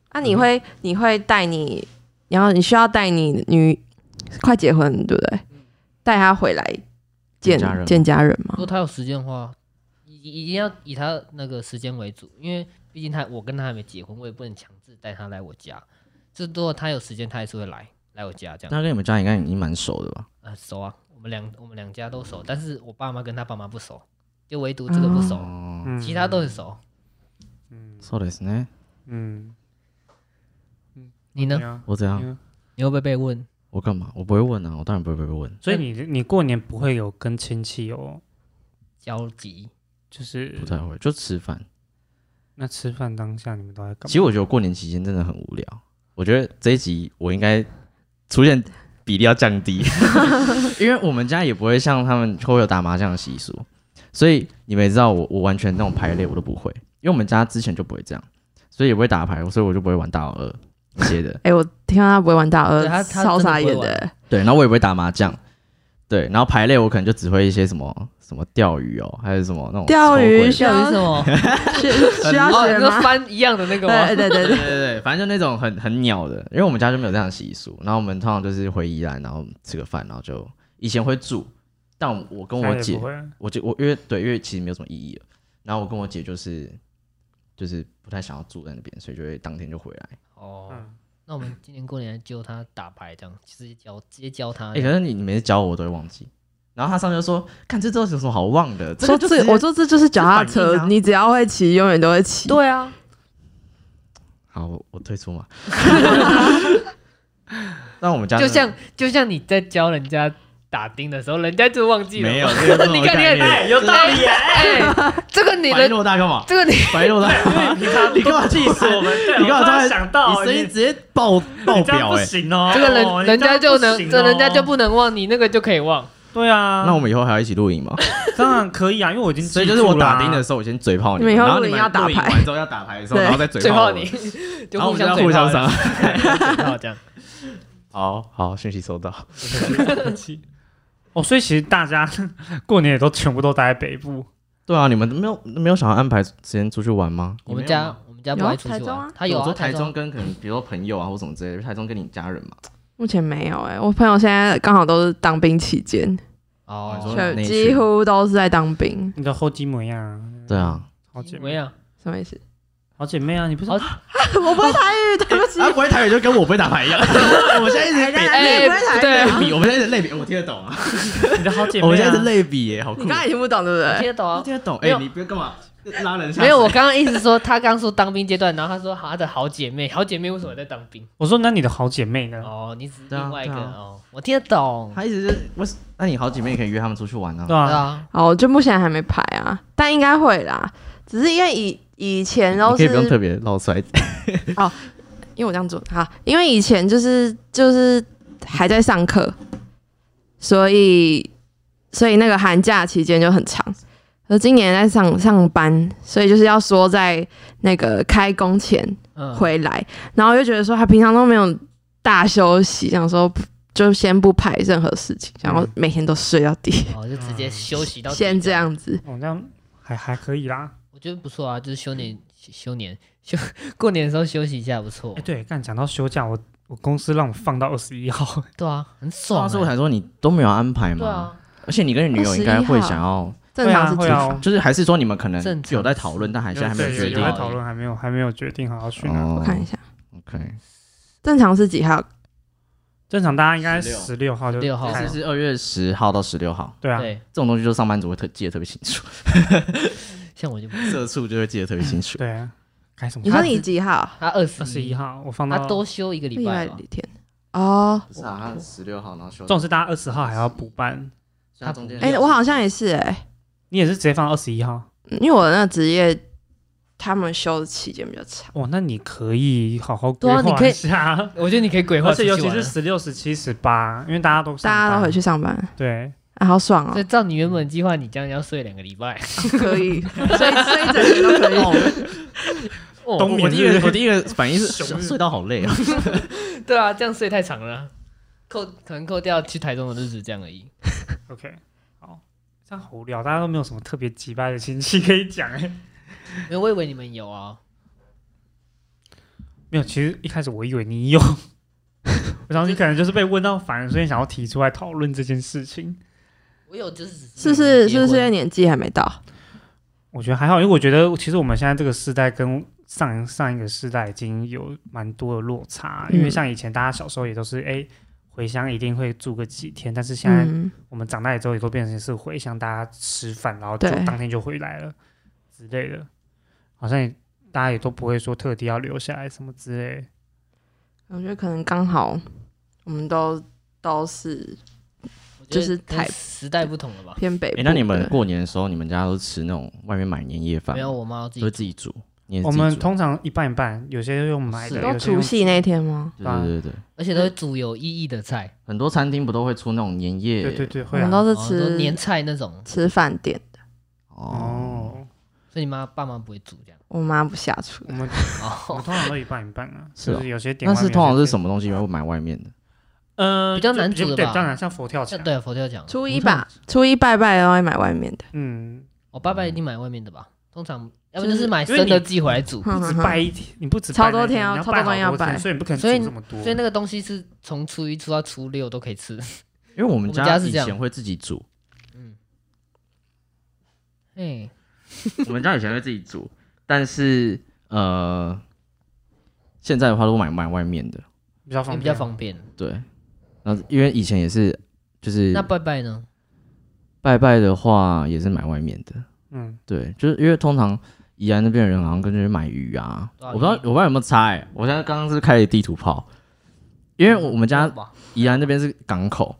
Speaker 4: 啊，你会你会带你，然后你需要带你女快结婚对不对？带她回来
Speaker 2: 见
Speaker 4: 见
Speaker 2: 家人吗
Speaker 4: 见家人
Speaker 1: 如
Speaker 4: 吗？
Speaker 1: 果
Speaker 2: 嗯
Speaker 1: 他有时间的话，一一定要以他那个时间为主，因为毕竟他我跟他还没结婚，我也不能强制带他来我家。就如果他有时间，他还是会来来我家这样。
Speaker 2: 那跟你们家应该已经蛮熟的吧？
Speaker 1: 啊，熟啊，我们两我们两家都熟，但是我爸妈跟他爸妈不熟，就唯独这个不熟，
Speaker 2: 哦，
Speaker 6: 嗯
Speaker 1: 其他都很熟。
Speaker 6: 嗯
Speaker 2: そうですね。
Speaker 6: 嗯，
Speaker 1: 你呢
Speaker 6: 对？啊
Speaker 2: 我怎样？
Speaker 6: 嗯
Speaker 1: 你会不会被问？
Speaker 2: 我干嘛？我不会问啊，我当然不会被问。
Speaker 6: 所以你你过年不会有跟亲戚有
Speaker 1: 交集，
Speaker 6: 就是
Speaker 2: 不太会，就吃饭。
Speaker 6: 那吃饭当下你们都在干
Speaker 2: 其
Speaker 6: 嘛？
Speaker 2: 实我觉得过年期间真的很无聊。我觉得这一集我应该出现比例要降低，因为我们家也不会像他们会有打麻将的习俗，所以你们也知道我我完全那种排类我都不会，因为我们家之前就不会这样，所以也不会打牌，所以我就不会玩大老二那些的。
Speaker 4: 哎、我听到她不会玩大
Speaker 1: 对她
Speaker 4: 二，
Speaker 1: 她
Speaker 4: 超傻
Speaker 1: 真的
Speaker 4: 眼
Speaker 1: 不会
Speaker 4: 的、
Speaker 1: 玩
Speaker 2: 对，然后我也不会打麻将，对，然后排类我可能就只会一些什么什么钓鱼哦，还有什么那种
Speaker 4: 钓
Speaker 2: 抽
Speaker 4: 鱼
Speaker 2: 鬼
Speaker 4: 需
Speaker 1: 钓鱼
Speaker 4: 要
Speaker 1: 是什么？
Speaker 2: [laughs]
Speaker 4: [laughs] 需需要
Speaker 1: 哦，
Speaker 4: 学
Speaker 1: 你说
Speaker 4: 吗？
Speaker 1: 翻一样的那个吗？
Speaker 4: 对对对
Speaker 2: 对
Speaker 4: 对，
Speaker 2: 对对，反正就那种很很鸟的，因为我们家就没有这样的习俗。然后我们通常就是回宜兰，然后吃个饭，然后就以前会住，但我我跟
Speaker 6: 现
Speaker 2: 我
Speaker 6: 在也
Speaker 2: 姐哦
Speaker 6: 不，会
Speaker 2: 我姐我因为对，因为其实没有什么意义了。然后我跟我姐就是就是不太想要住在那边，所以就会当天就回来。
Speaker 1: 哦，
Speaker 6: 嗯
Speaker 1: 那我们今年过年就他打牌这样，直接教直接教他
Speaker 2: 哎、。可是你你每次教我，我都会忘记。然后他上次就说：“看这周有什么好忘的？” [laughs] 这
Speaker 4: 说
Speaker 2: 个就直
Speaker 4: 这
Speaker 2: 接 [laughs]
Speaker 4: 我说这就是脚踏
Speaker 2: 这反
Speaker 4: 车
Speaker 2: 应啊，
Speaker 4: 你只要会骑，永远都会骑。
Speaker 1: 对啊， [laughs]
Speaker 2: 好，我我退出嘛。但我们家
Speaker 1: 就
Speaker 2: 真的
Speaker 1: 像就像你在教人家打钉的时候，人家就忘记了。
Speaker 2: 没有，这个这种
Speaker 1: 你看
Speaker 2: 概
Speaker 1: 你看
Speaker 2: 念，
Speaker 1: 哎有道理哎，这个你
Speaker 2: 白
Speaker 1: 的
Speaker 2: 那么大干嘛？
Speaker 1: 这个你
Speaker 2: 白那么大干
Speaker 1: [laughs]
Speaker 2: 嘛，
Speaker 6: 平常
Speaker 2: 你干嘛气死我
Speaker 6: 们？
Speaker 2: 你干嘛
Speaker 6: 突
Speaker 2: 突
Speaker 6: 然
Speaker 2: 然
Speaker 6: 想到，
Speaker 2: 你声音直接爆爆
Speaker 6: 你这样
Speaker 2: 表
Speaker 6: 不
Speaker 2: 哎、
Speaker 6: 行哦，
Speaker 1: 这个
Speaker 6: 哦
Speaker 1: 人人家就能
Speaker 6: 你样不行哦
Speaker 1: 这人家就不能忘，你那个就可以忘。
Speaker 6: 对啊。
Speaker 2: 那我们以后还要一起录影 [laughs] 吗？
Speaker 6: 当然可以啊，因为我已经
Speaker 2: 所以就是我打钉的
Speaker 6: 时
Speaker 2: 时候，我先嘴炮你
Speaker 4: 你
Speaker 2: 们，
Speaker 4: 们以后
Speaker 2: 然后
Speaker 4: 录
Speaker 2: 你
Speaker 4: 影
Speaker 2: 们
Speaker 4: 要打
Speaker 2: 录影
Speaker 4: 牌
Speaker 2: 完之后要打牌的时候，
Speaker 4: 对
Speaker 2: 然后再嘴
Speaker 1: 最
Speaker 2: 炮
Speaker 1: 后
Speaker 2: 我
Speaker 1: 你就
Speaker 2: 然后我
Speaker 1: 互
Speaker 2: 们就要
Speaker 1: 相
Speaker 2: 互相
Speaker 1: 嘴
Speaker 2: 伤
Speaker 1: 炮
Speaker 2: [laughs] 害。
Speaker 1: 好这样。
Speaker 2: 好好，讯息收到。
Speaker 6: [laughs] 候，哦，所以其实大家过年也都全部都待在北部，
Speaker 2: 对啊，你们没有没有想要安排时间出去玩吗？
Speaker 1: 我们
Speaker 2: 你没有
Speaker 1: 家
Speaker 2: 吗
Speaker 1: 我们家
Speaker 4: 有
Speaker 1: 不爱出
Speaker 4: 台
Speaker 1: 去
Speaker 4: 中啊
Speaker 1: 玩，他有
Speaker 2: 我
Speaker 1: 啊
Speaker 2: 说台
Speaker 1: 中
Speaker 2: 中跟可能比如说朋友啊或什么之类的，台中跟你家人嘛。
Speaker 4: 目前没有哎、我朋友现在刚好都是当兵期间，
Speaker 1: 哦，
Speaker 2: 你说
Speaker 4: 全
Speaker 2: 内训
Speaker 4: 几乎都是在当兵，
Speaker 6: 你的后继母呀，
Speaker 1: 嗯
Speaker 2: 对啊，
Speaker 6: 好姐
Speaker 1: 怎么
Speaker 6: 妹，
Speaker 1: 样？
Speaker 4: 什么
Speaker 2: [laughs]
Speaker 4: 意思？
Speaker 6: 好姐妹啊，你不是
Speaker 1: 好
Speaker 4: 我不会台语，对不起。
Speaker 2: 啊，不会台语就跟我不会打牌 [laughs] 一样。我们现在一直
Speaker 4: 哎
Speaker 2: 比
Speaker 1: 哎，不对啊，
Speaker 2: 类比，我们现在一直类比，我听得懂啊。
Speaker 6: [laughs] 你的好姐妹
Speaker 2: 我
Speaker 6: 啊，
Speaker 2: 们现在一直类比耶，好酷 [laughs]
Speaker 4: 你。刚才也听不懂对不
Speaker 1: 我听
Speaker 4: 对？
Speaker 1: 得懂
Speaker 2: 我
Speaker 1: 啊。
Speaker 2: 听得懂，
Speaker 1: 没
Speaker 2: 哎
Speaker 1: 有，
Speaker 2: 你别干嘛拉人下水？
Speaker 1: 没有，我刚刚一直说他刚说当兵阶段，然后他说他的好姐妹，好姐妹为什么在当兵？
Speaker 6: 我说那你的好姐妹呢？
Speaker 1: 哦，你只是
Speaker 2: 对啊
Speaker 1: 另外一个
Speaker 2: 对啊
Speaker 1: 哦，我听得懂。
Speaker 2: 他一直是我是，那你好姐妹也可以约他们出去玩啊
Speaker 6: 对。
Speaker 1: 对
Speaker 6: 啊，
Speaker 1: 啊，
Speaker 4: 哦，就目前还没排啊，但应该会啦。只是因为以以前都
Speaker 2: 你可
Speaker 4: 是
Speaker 2: 以不用特别唠出来，
Speaker 4: 因为我这样做好，因为以前就是就是还在上课，所以所以那个寒假期间就很长。而今年在上上班，所以就是要说在那个开工前
Speaker 1: 嗯，
Speaker 4: 回来，然后又觉得说他平常都没有大休息，想说就先不排任何事情，然后
Speaker 6: 嗯
Speaker 4: 每天都睡到底，
Speaker 1: 哦，就直接休息 [laughs] 到底
Speaker 4: 先这。样子。
Speaker 6: 我这样哦还还可以啦。
Speaker 1: 我觉得不错啊，就是休年休年休过年的时候休息一下不错
Speaker 4: 啊
Speaker 6: 哎，。对，刚讲到休假，我我公司让我放到二十一号，
Speaker 1: 对啊，很爽
Speaker 2: 上次我
Speaker 1: 欸。
Speaker 2: 才说你都没有安排
Speaker 1: 对
Speaker 2: 嘛，
Speaker 1: 啊，
Speaker 2: 而且你跟你女友应该会想要，
Speaker 4: 正常是
Speaker 6: 会啊会啊，
Speaker 2: 就是还是说你们可能
Speaker 1: 正常
Speaker 2: 有在讨论，但还是还没有
Speaker 6: 对
Speaker 2: 决定
Speaker 6: 有在。讨论，还没有还没有决定好啊好去哪。
Speaker 4: 我
Speaker 2: 哦
Speaker 4: 看一下，
Speaker 2: ，OK，
Speaker 4: 正常是几号？
Speaker 6: 正常大家应该
Speaker 2: 16
Speaker 6: 十六号就
Speaker 1: 16号
Speaker 6: 开
Speaker 2: 这
Speaker 6: 始
Speaker 2: 是二月十号到十六号，
Speaker 6: 对啊，
Speaker 1: 对，
Speaker 2: 这种东西就是上班族会特记得特别清楚，
Speaker 1: 像我就不
Speaker 2: [laughs] 社畜就会记得特别清楚。
Speaker 6: 对啊，开什么？
Speaker 4: 你说你几号？
Speaker 1: 他二
Speaker 6: 二十
Speaker 1: 十
Speaker 6: 一，号，我放到
Speaker 1: 他多休一个礼
Speaker 4: 意
Speaker 1: 拜啊
Speaker 4: 外
Speaker 1: 吧。
Speaker 4: 几天？哦，
Speaker 2: 不是啊，他十六号然后休
Speaker 6: 这种是大家二十号还要补班，
Speaker 2: 他中间
Speaker 4: 哎、我好像也是哎、
Speaker 6: 你也是直接放二十一号。
Speaker 4: 因为我那个职业，他们休的期间比较长。
Speaker 6: 哇，那你可以好好规
Speaker 1: 对啊你可
Speaker 6: 划
Speaker 1: 以
Speaker 6: 一 [laughs] 下，
Speaker 1: 我觉得你可以规划
Speaker 6: 而
Speaker 1: 出
Speaker 6: 且
Speaker 1: 去
Speaker 6: 尤
Speaker 1: 玩了，啊
Speaker 6: 其是十六、十七、十八，因为大家都上
Speaker 4: 大家都回
Speaker 6: 班
Speaker 4: 去上班，
Speaker 6: 对，
Speaker 4: 啊，好爽
Speaker 1: [laughs] 所以
Speaker 4: 哦，
Speaker 1: 照你原本的计划，你将要睡两个礼拜。
Speaker 4: 可以， [laughs] 所以所以整天都可以。
Speaker 1: 哦
Speaker 6: 冬
Speaker 2: 我
Speaker 6: 眠
Speaker 2: 我第一
Speaker 6: 是
Speaker 2: 个 [laughs]
Speaker 6: 不
Speaker 2: 我
Speaker 6: 是
Speaker 2: 第一个反应是 [laughs]
Speaker 6: 熊日
Speaker 2: 睡到好累啊，
Speaker 1: 对啊，这样睡太长了，扣可能扣掉去台中的日子这样而已。
Speaker 6: OK，好，这样好无聊，大家都没有什么特别急掰的亲戚可以讲哎、
Speaker 1: [laughs] 没有，我以为你们有啊。
Speaker 6: [laughs] 没有，其实一开始我以为你有， [laughs] 我想你可能就是被问到烦了，所以想要提出来讨论这件事情。
Speaker 1: 我有，就是
Speaker 4: 是不是是不是因
Speaker 1: 结
Speaker 4: 为
Speaker 1: 婚？
Speaker 4: 年纪还没到？
Speaker 6: 我觉得还好，因为我觉得其实我们现在这个世代跟上上一个世代已经有蛮多的落差，因为
Speaker 4: 嗯
Speaker 6: 像以前大家小时候也都是哎、回乡一定会住个几天，但是现在
Speaker 4: 嗯，
Speaker 6: 我们长大了之后也都变成是回乡大家吃饭，然后就
Speaker 4: 对
Speaker 6: 当天就回来了之类的，好像也大家也都不会说特地要留下来什么之类的。
Speaker 4: 我觉得可能刚好我们都都是
Speaker 1: 我觉得
Speaker 4: 就是
Speaker 1: 跟
Speaker 4: 台
Speaker 1: 时代不同了吧？
Speaker 4: 偏北部
Speaker 2: 哎，
Speaker 4: 的。
Speaker 2: 那你们过年的时候，你们家都吃那种外面买年夜饭吗？
Speaker 1: 没有，我妈要自
Speaker 2: 都会
Speaker 1: 己。
Speaker 2: 自己煮。你也是
Speaker 6: 我
Speaker 2: 自己
Speaker 6: 们
Speaker 2: 煮
Speaker 6: 通常一半一半，有些用买的，
Speaker 2: 是
Speaker 4: 都
Speaker 6: 有些用
Speaker 4: 除夕那一天吗？
Speaker 2: 对对对对，
Speaker 1: 而且都会煮有意义的菜，
Speaker 2: 很多餐厅不都会出那种年夜
Speaker 6: 对对对，
Speaker 4: 我
Speaker 6: 会
Speaker 4: 们
Speaker 6: 啊。
Speaker 4: 都是
Speaker 1: 哦都年
Speaker 4: 吃
Speaker 1: 菜那种，
Speaker 4: 吃饭店的，
Speaker 2: 哦，
Speaker 6: 哦，
Speaker 1: 所以你妈爸妈不会煮这样。
Speaker 4: 我妈不下厨
Speaker 6: 我。们我
Speaker 1: 哦 [laughs]
Speaker 6: 们，通常都一半一半啊，
Speaker 2: 是
Speaker 6: 就
Speaker 2: 哦
Speaker 6: 是有些点
Speaker 2: 那是通常是什
Speaker 6: 么？
Speaker 2: 么东西会买外面的？
Speaker 6: 呃，
Speaker 1: 比较
Speaker 6: 就
Speaker 1: 难煮的
Speaker 6: 对，
Speaker 1: 吧
Speaker 6: 当然像佛跳墙，
Speaker 1: 像，对佛跳墙，
Speaker 4: 初一吧，初一拜拜，然后买外面的。
Speaker 6: 嗯，
Speaker 1: 我哦爸爸一定买外面的吧，通常要不就
Speaker 4: 就
Speaker 1: 是是买
Speaker 6: 因为
Speaker 1: 生的
Speaker 6: 你
Speaker 1: 寄回来煮，
Speaker 4: 哼
Speaker 6: 只
Speaker 4: 哼哼 [laughs]
Speaker 6: 拜一天，你不止
Speaker 4: 嗯超
Speaker 6: 拜那
Speaker 4: 多
Speaker 6: 天
Speaker 4: 天啊
Speaker 6: 你
Speaker 4: 超
Speaker 6: 拜
Speaker 4: 多
Speaker 6: 好
Speaker 4: 东西要
Speaker 6: 多天
Speaker 4: 拜
Speaker 6: 所以你不可能
Speaker 1: 所以
Speaker 6: 煮这么多。
Speaker 1: 所以那个东西是从初一初到初六都可以吃。 [laughs]
Speaker 2: 因为我们
Speaker 1: 我们家是
Speaker 2: 以
Speaker 1: 这样
Speaker 2: 前会自己煮，
Speaker 1: 哎，
Speaker 2: 我们家以前会自己煮，但是呃，现在的话都买买外面的，
Speaker 6: 比较方
Speaker 1: 也
Speaker 6: 便，
Speaker 1: 比较方便。
Speaker 2: 对。然后因为以前也是就是
Speaker 1: 那拜拜呢？
Speaker 2: 拜拜的话也是买外面的，
Speaker 6: 嗯，
Speaker 2: 对，就是因为通常宜兰那边的人好像跟着去买鱼啊，
Speaker 1: 对啊
Speaker 2: 欸我不知道
Speaker 1: 鱼
Speaker 2: 我不知道有没有差哎、我现在刚刚是开了地图炮，因为我们家
Speaker 1: 吧，
Speaker 2: 宜兰那边是港口，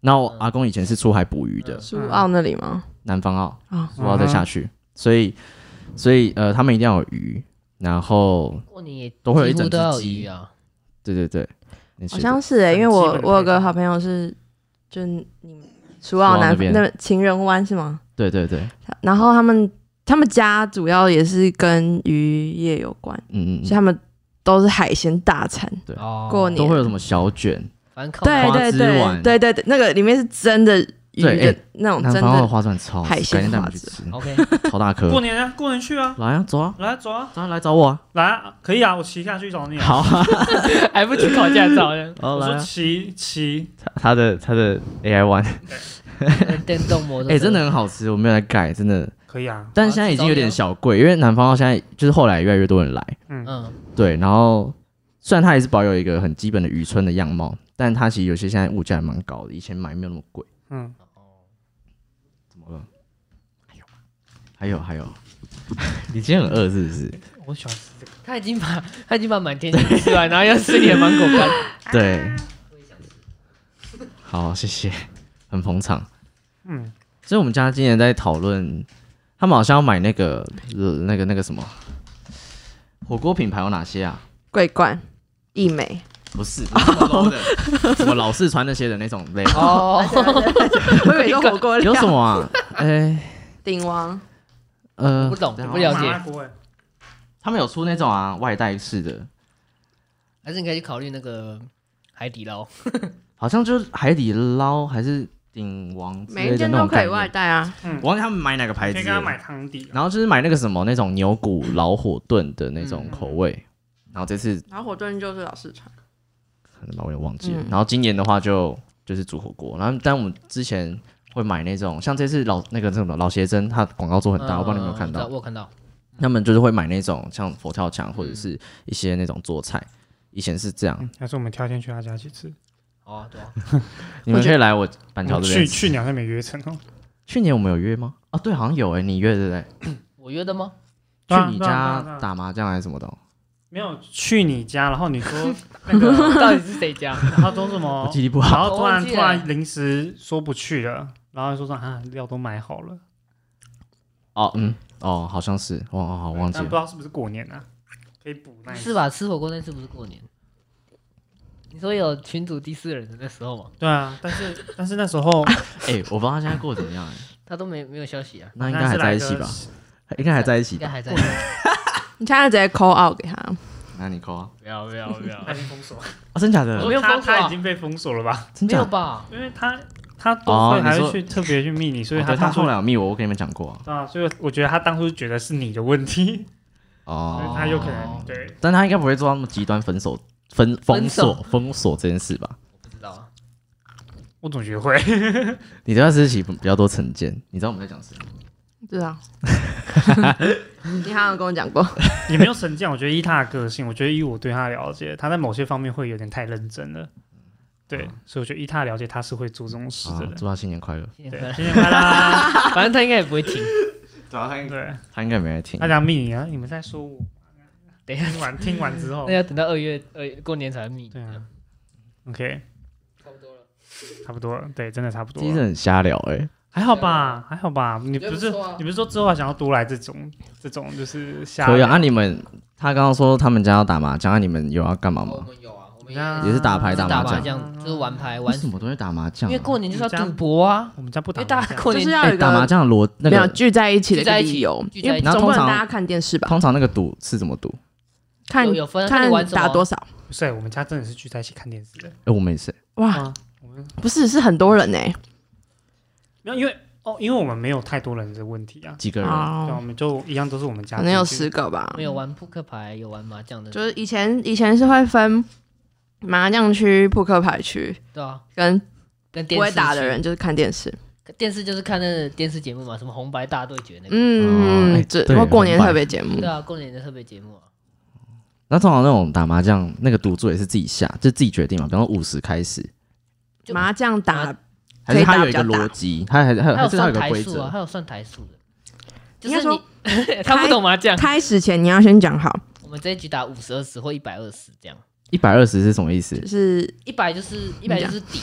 Speaker 2: 然后我
Speaker 1: 嗯
Speaker 2: 阿公以前是出海捕鱼
Speaker 6: 嗯
Speaker 2: 的，
Speaker 4: 苏澳那里吗？
Speaker 2: 南方澳，
Speaker 4: 啊，
Speaker 2: 苏澳再下去，所以所以呃，他们一定要有鱼，然后
Speaker 1: 过年也
Speaker 2: 都会有一
Speaker 1: 几乎
Speaker 2: 整只
Speaker 1: 都要有
Speaker 2: 鸡
Speaker 1: 鱼啊，
Speaker 2: 对对对，那些
Speaker 4: 好
Speaker 2: 的
Speaker 4: 像是哎、因为
Speaker 6: 很基
Speaker 4: 我
Speaker 6: 本的
Speaker 4: 我有
Speaker 6: 配
Speaker 4: 个
Speaker 6: 套
Speaker 4: 好朋友是，就是你们苏
Speaker 2: 澳
Speaker 4: 澳南
Speaker 2: 那边
Speaker 4: 那情人湾是吗？
Speaker 2: 对对对，
Speaker 4: 然后他们他们家主要也是跟渔业有关，
Speaker 2: 嗯嗯
Speaker 4: 所以
Speaker 2: 嗯，
Speaker 4: 他们都是海鲜大餐。
Speaker 2: 对
Speaker 1: 哦，
Speaker 4: 过年
Speaker 2: 都会有什么小卷，
Speaker 1: 反正靠
Speaker 4: 对
Speaker 2: 花
Speaker 4: 对
Speaker 2: 枝
Speaker 4: 对
Speaker 2: 丸
Speaker 4: 对对对，那个里面是真的鱼
Speaker 2: 对哎
Speaker 4: 的那种
Speaker 2: 南
Speaker 4: 真
Speaker 2: 方澳的
Speaker 4: 的
Speaker 2: 花钻超好吃
Speaker 4: 海鲜
Speaker 2: 改天带你
Speaker 4: 花
Speaker 2: 们去吃，
Speaker 1: OK，
Speaker 2: 超大颗
Speaker 6: 哦过，年啊，过年去啊，
Speaker 2: 来啊，走啊，
Speaker 6: 来走啊，
Speaker 2: 当然来找
Speaker 6: [laughs]
Speaker 2: 我啊，
Speaker 6: 来啊，可以啊，我骑下去找你、啊。，
Speaker 2: 好啊，
Speaker 1: 还不去考驾照？ [laughs]
Speaker 2: 好
Speaker 6: 我
Speaker 2: 来
Speaker 6: 说
Speaker 2: 啊，
Speaker 6: 骑骑，
Speaker 2: 他他的他的 AI one，
Speaker 6: [laughs]
Speaker 1: 电 [laughs] 动摩托车，
Speaker 2: 哎，真的很好吃，我没有来改，真的，
Speaker 6: 可以啊，
Speaker 2: 但现在已经有点小贵，因为南方澳现在就是后来越来越多人来。
Speaker 1: 嗯，
Speaker 2: 对，然后虽然它还是保有一个很基本的渔村的样貌，但它其实有些现在物价还蛮高的，以前买没有那么贵。
Speaker 6: 嗯，
Speaker 2: 怎么了？还有还有还有，你今天很饿是不是？
Speaker 6: 我喜欢吃这个。
Speaker 1: 他已经把 [laughs] 他已经把满天星吃完，然后又吃你的芒果干，
Speaker 4: 啊
Speaker 2: 对，好，谢谢，很捧场。
Speaker 6: 嗯，
Speaker 2: 所以我们家今年在讨论，他们好像要买那个、呃、那个那个什么火锅品牌有哪些啊？
Speaker 4: 桂冠、益美，
Speaker 2: 不是，不是那么 low 的什么老四川那些的那种类， [laughs]
Speaker 1: 哦，
Speaker 4: [laughs] 我以为是火锅料
Speaker 2: 有什么 [laughs] 啊？哎、
Speaker 4: 鼎王，
Speaker 2: 呃，
Speaker 1: 不懂
Speaker 2: 等一下
Speaker 1: 不了解
Speaker 6: 麻辣锅哎
Speaker 2: 他们有出那种啊外带式的，
Speaker 1: 还是你可以去考虑那个海底捞，
Speaker 2: 好像就是海底捞还是鼎王之
Speaker 4: 每一
Speaker 2: 类的
Speaker 4: 间
Speaker 2: 那
Speaker 4: 都
Speaker 2: 种
Speaker 4: 可
Speaker 2: 概
Speaker 4: 以外
Speaker 2: 念。
Speaker 4: 带啊。
Speaker 2: 我忘记他们买哪个牌
Speaker 6: 可
Speaker 2: 子
Speaker 6: 以跟他
Speaker 2: 了，
Speaker 6: 买汤底啊。
Speaker 2: 然后就是买那个什么那种牛骨老火炖的那
Speaker 1: 嗯
Speaker 2: 种口味。然后这次
Speaker 4: 然后火炖就是老四川，
Speaker 2: 可能吧，我也忘记了。
Speaker 4: 嗯
Speaker 2: 然后今年的话就就是煮火锅，然后但我们之前会买那种像这次老那个什么老邪真，他广告做很大，我不知道你有没有
Speaker 1: 嗯
Speaker 2: 看
Speaker 1: 我知道
Speaker 2: 到
Speaker 1: 我。有看到，
Speaker 2: 他们就是会买那种像佛跳墙或者
Speaker 1: 嗯
Speaker 2: 是一些那种做菜，以前是这样。
Speaker 6: 嗯，还是我们挑天去他家去吃。
Speaker 1: 哦，
Speaker 2: [laughs]
Speaker 1: 对啊，
Speaker 2: 你们可以来我板桥
Speaker 6: 我
Speaker 2: 这边
Speaker 6: 嗯去
Speaker 2: 吃。
Speaker 6: 去年好像没约成哦。
Speaker 2: 去年我们有约吗？啊，对，好像有哎、你约对不对？
Speaker 1: 我约的吗？
Speaker 6: 对啊
Speaker 2: 去你
Speaker 6: 对啊对啊对
Speaker 2: 家
Speaker 6: 啊
Speaker 2: 打麻将还是什么的哦？
Speaker 6: 没有去你家，然后
Speaker 2: [laughs]
Speaker 6: 你说
Speaker 1: 那个到底是谁家？
Speaker 6: 然后说什
Speaker 2: 我
Speaker 6: 么，
Speaker 2: 哦记忆力不
Speaker 6: 然
Speaker 2: 好，
Speaker 6: 后突
Speaker 1: 我忘
Speaker 6: 然
Speaker 1: 记
Speaker 6: 突
Speaker 1: 了
Speaker 6: 然临时说不去了，然后说说啊料都买好了，
Speaker 2: 哦，嗯，哦，好像是，哦，哦好，忘记
Speaker 6: 嗯但不
Speaker 2: 了
Speaker 6: 知。道是不是过年啊，可以补那一
Speaker 1: 是吧？吃火锅那次不是过年？你说有群主第四人的那时候吗？
Speaker 6: 对啊，但是但是那时
Speaker 1: [laughs]
Speaker 6: 候
Speaker 2: 哎、我不知道他现在过得怎么样、哎，
Speaker 1: 他都没没有消息啊，
Speaker 2: 那应该还在一起吧？应该还在一起
Speaker 1: 应该
Speaker 2: 吧？
Speaker 1: 还
Speaker 2: [laughs]
Speaker 1: 在。
Speaker 4: 你现在直接 call out 给他，
Speaker 2: 那你扣啊？
Speaker 1: 不要不要不
Speaker 2: [laughs]
Speaker 1: 要
Speaker 6: 他已经哎封锁了，
Speaker 2: 哦，真假的
Speaker 1: 我？用
Speaker 6: 他
Speaker 1: 封锁啊
Speaker 6: 他已经被封锁了吧？
Speaker 2: 真
Speaker 1: 没
Speaker 2: 假
Speaker 1: 有
Speaker 2: 的？
Speaker 1: 吧？
Speaker 6: 因为他他都
Speaker 2: 哦
Speaker 6: 会还
Speaker 2: 你
Speaker 6: 会
Speaker 2: 说
Speaker 6: 去特别去密你，所
Speaker 2: 哦
Speaker 6: 以
Speaker 2: 对
Speaker 6: 他
Speaker 2: 他
Speaker 6: 当初
Speaker 2: 后来有密我，我跟你们讲过啊。
Speaker 6: 对啊，所以我觉得他当初觉得是你的问题，所以
Speaker 2: 哦，
Speaker 6: 他有可能对。
Speaker 2: 但他应该不会做到那么极端分手、分封
Speaker 1: 分手
Speaker 2: 锁、封锁这件事吧？
Speaker 1: 不知道啊，
Speaker 6: 我总觉得会， [laughs]
Speaker 2: 你对他事情比较多成见，你知道我们在讲谁吗？[laughs]
Speaker 4: 对啊。你好像跟我讲过，
Speaker 6: 也没有成见。我觉得依他的个性，我觉得依我对他的了解，他在某些方面会有点太认真了。对，所以我觉得依他的了解，他是会做这种事
Speaker 2: 嗯
Speaker 6: 的
Speaker 2: 啊
Speaker 6: 人。
Speaker 2: 祝他新年快乐。
Speaker 1: 新年快
Speaker 6: 对，
Speaker 1: 乐
Speaker 6: 新年
Speaker 2: [laughs]
Speaker 6: 快乐！
Speaker 1: 反正他应该也不会听。
Speaker 2: 对啊，他应
Speaker 6: 对，
Speaker 2: 他应该没来听
Speaker 6: 大。家密你啊，你们在说我。
Speaker 1: 等一下
Speaker 6: 听完听完之
Speaker 2: 哦
Speaker 6: 后
Speaker 1: 那，要等到二月二月过年才会密。
Speaker 6: 对啊，OK，
Speaker 1: 差不多了。
Speaker 6: 差不多了，对，真的差不多
Speaker 2: 今天
Speaker 6: 了。
Speaker 2: 很瞎聊哎、
Speaker 6: 还好吧，还好吧。你不
Speaker 1: 啊觉得
Speaker 6: 是
Speaker 1: 不错啊
Speaker 6: 你不是说之后还想要多来这种这种就是下
Speaker 2: 可以啊，啊你们他刚刚说他们家要打麻将，那、啊你们有要干嘛
Speaker 1: 我
Speaker 2: 吗？
Speaker 1: 们有啊，我们
Speaker 6: 那
Speaker 2: 也是打牌
Speaker 1: 也是
Speaker 2: 打
Speaker 1: 打
Speaker 2: 麻
Speaker 1: 麻
Speaker 2: 将哦
Speaker 1: 将，就是玩牌
Speaker 2: 为
Speaker 1: 玩
Speaker 2: 什，么都会打麻将、
Speaker 1: 因
Speaker 2: 啊？
Speaker 1: 为过年就是要赌博啊，
Speaker 6: 我们家不
Speaker 1: 因
Speaker 6: 打
Speaker 1: 为大家
Speaker 6: 麻将，
Speaker 1: 过
Speaker 4: 就
Speaker 1: 年
Speaker 4: 是要
Speaker 2: 哎、
Speaker 4: 有一
Speaker 2: 打麻
Speaker 4: 个
Speaker 2: 将的逻那
Speaker 4: 没有
Speaker 2: 个，
Speaker 4: 聚在一起的
Speaker 1: 聚
Speaker 4: 一
Speaker 1: 在
Speaker 4: 个
Speaker 1: 一起
Speaker 4: 理由，
Speaker 1: 聚
Speaker 4: 因
Speaker 1: 在一
Speaker 4: 为
Speaker 1: 起
Speaker 4: 总不
Speaker 2: 通
Speaker 4: 能
Speaker 2: 常
Speaker 4: 大家看电视吧？
Speaker 2: 通常那个赌是怎么赌？
Speaker 4: 看
Speaker 1: 有有分看
Speaker 4: 看
Speaker 1: 你玩什么
Speaker 4: 打多少？
Speaker 6: 不是我们家真的是聚在一起看电视的。
Speaker 2: 哎、我们也是、
Speaker 4: 哇，
Speaker 6: 啊，我们
Speaker 4: 不是是很多人欸呢、
Speaker 6: 没有，因为哦，因为我们没有太多人的问题啊，
Speaker 2: 几个人，
Speaker 6: 对，我
Speaker 4: 哦，
Speaker 6: 们就一样都是我们家
Speaker 4: 可能有
Speaker 6: 自己
Speaker 4: 十个吧
Speaker 1: 我。们有玩扑克牌，有玩麻将的，
Speaker 4: 就是以前以前是会分麻将区、扑克牌区，
Speaker 1: 对啊，
Speaker 4: 跟
Speaker 1: 跟电
Speaker 4: 不
Speaker 1: 视
Speaker 4: 会打的
Speaker 1: 区
Speaker 4: 人就是看电视。
Speaker 1: 电视就是看那个电视节目嘛，什么红白大对决那个，
Speaker 2: 哦哎
Speaker 4: 嗯，这
Speaker 2: 对
Speaker 4: 或过年
Speaker 2: 明白
Speaker 4: 特别节目
Speaker 1: 对，啊，过年的特别节目啊，
Speaker 2: 那通常那种打麻将那个赌注也是自己下，就自己决定嘛。比方说五十开始，
Speaker 1: 就
Speaker 4: 麻将打
Speaker 2: 还是它有一个
Speaker 4: 可以打比较
Speaker 2: 逻
Speaker 4: 大
Speaker 2: 辑，它还还有
Speaker 1: 还
Speaker 2: 嗯还
Speaker 1: 有
Speaker 2: 是它
Speaker 1: 算
Speaker 2: 有一个
Speaker 1: 台
Speaker 2: 规
Speaker 1: 数啊，
Speaker 2: 则。
Speaker 1: 还有算台数的，就
Speaker 4: 应该
Speaker 1: 是
Speaker 4: 说
Speaker 1: 你 [laughs] 他不懂麻将，
Speaker 4: 开始前你要先讲好，
Speaker 1: 我们这一局打五十二十或一百二十这样，
Speaker 2: 一百二十是什么意思？
Speaker 4: 就是
Speaker 1: 一百就是一百
Speaker 4: 你
Speaker 1: 就
Speaker 4: 讲
Speaker 1: 是底，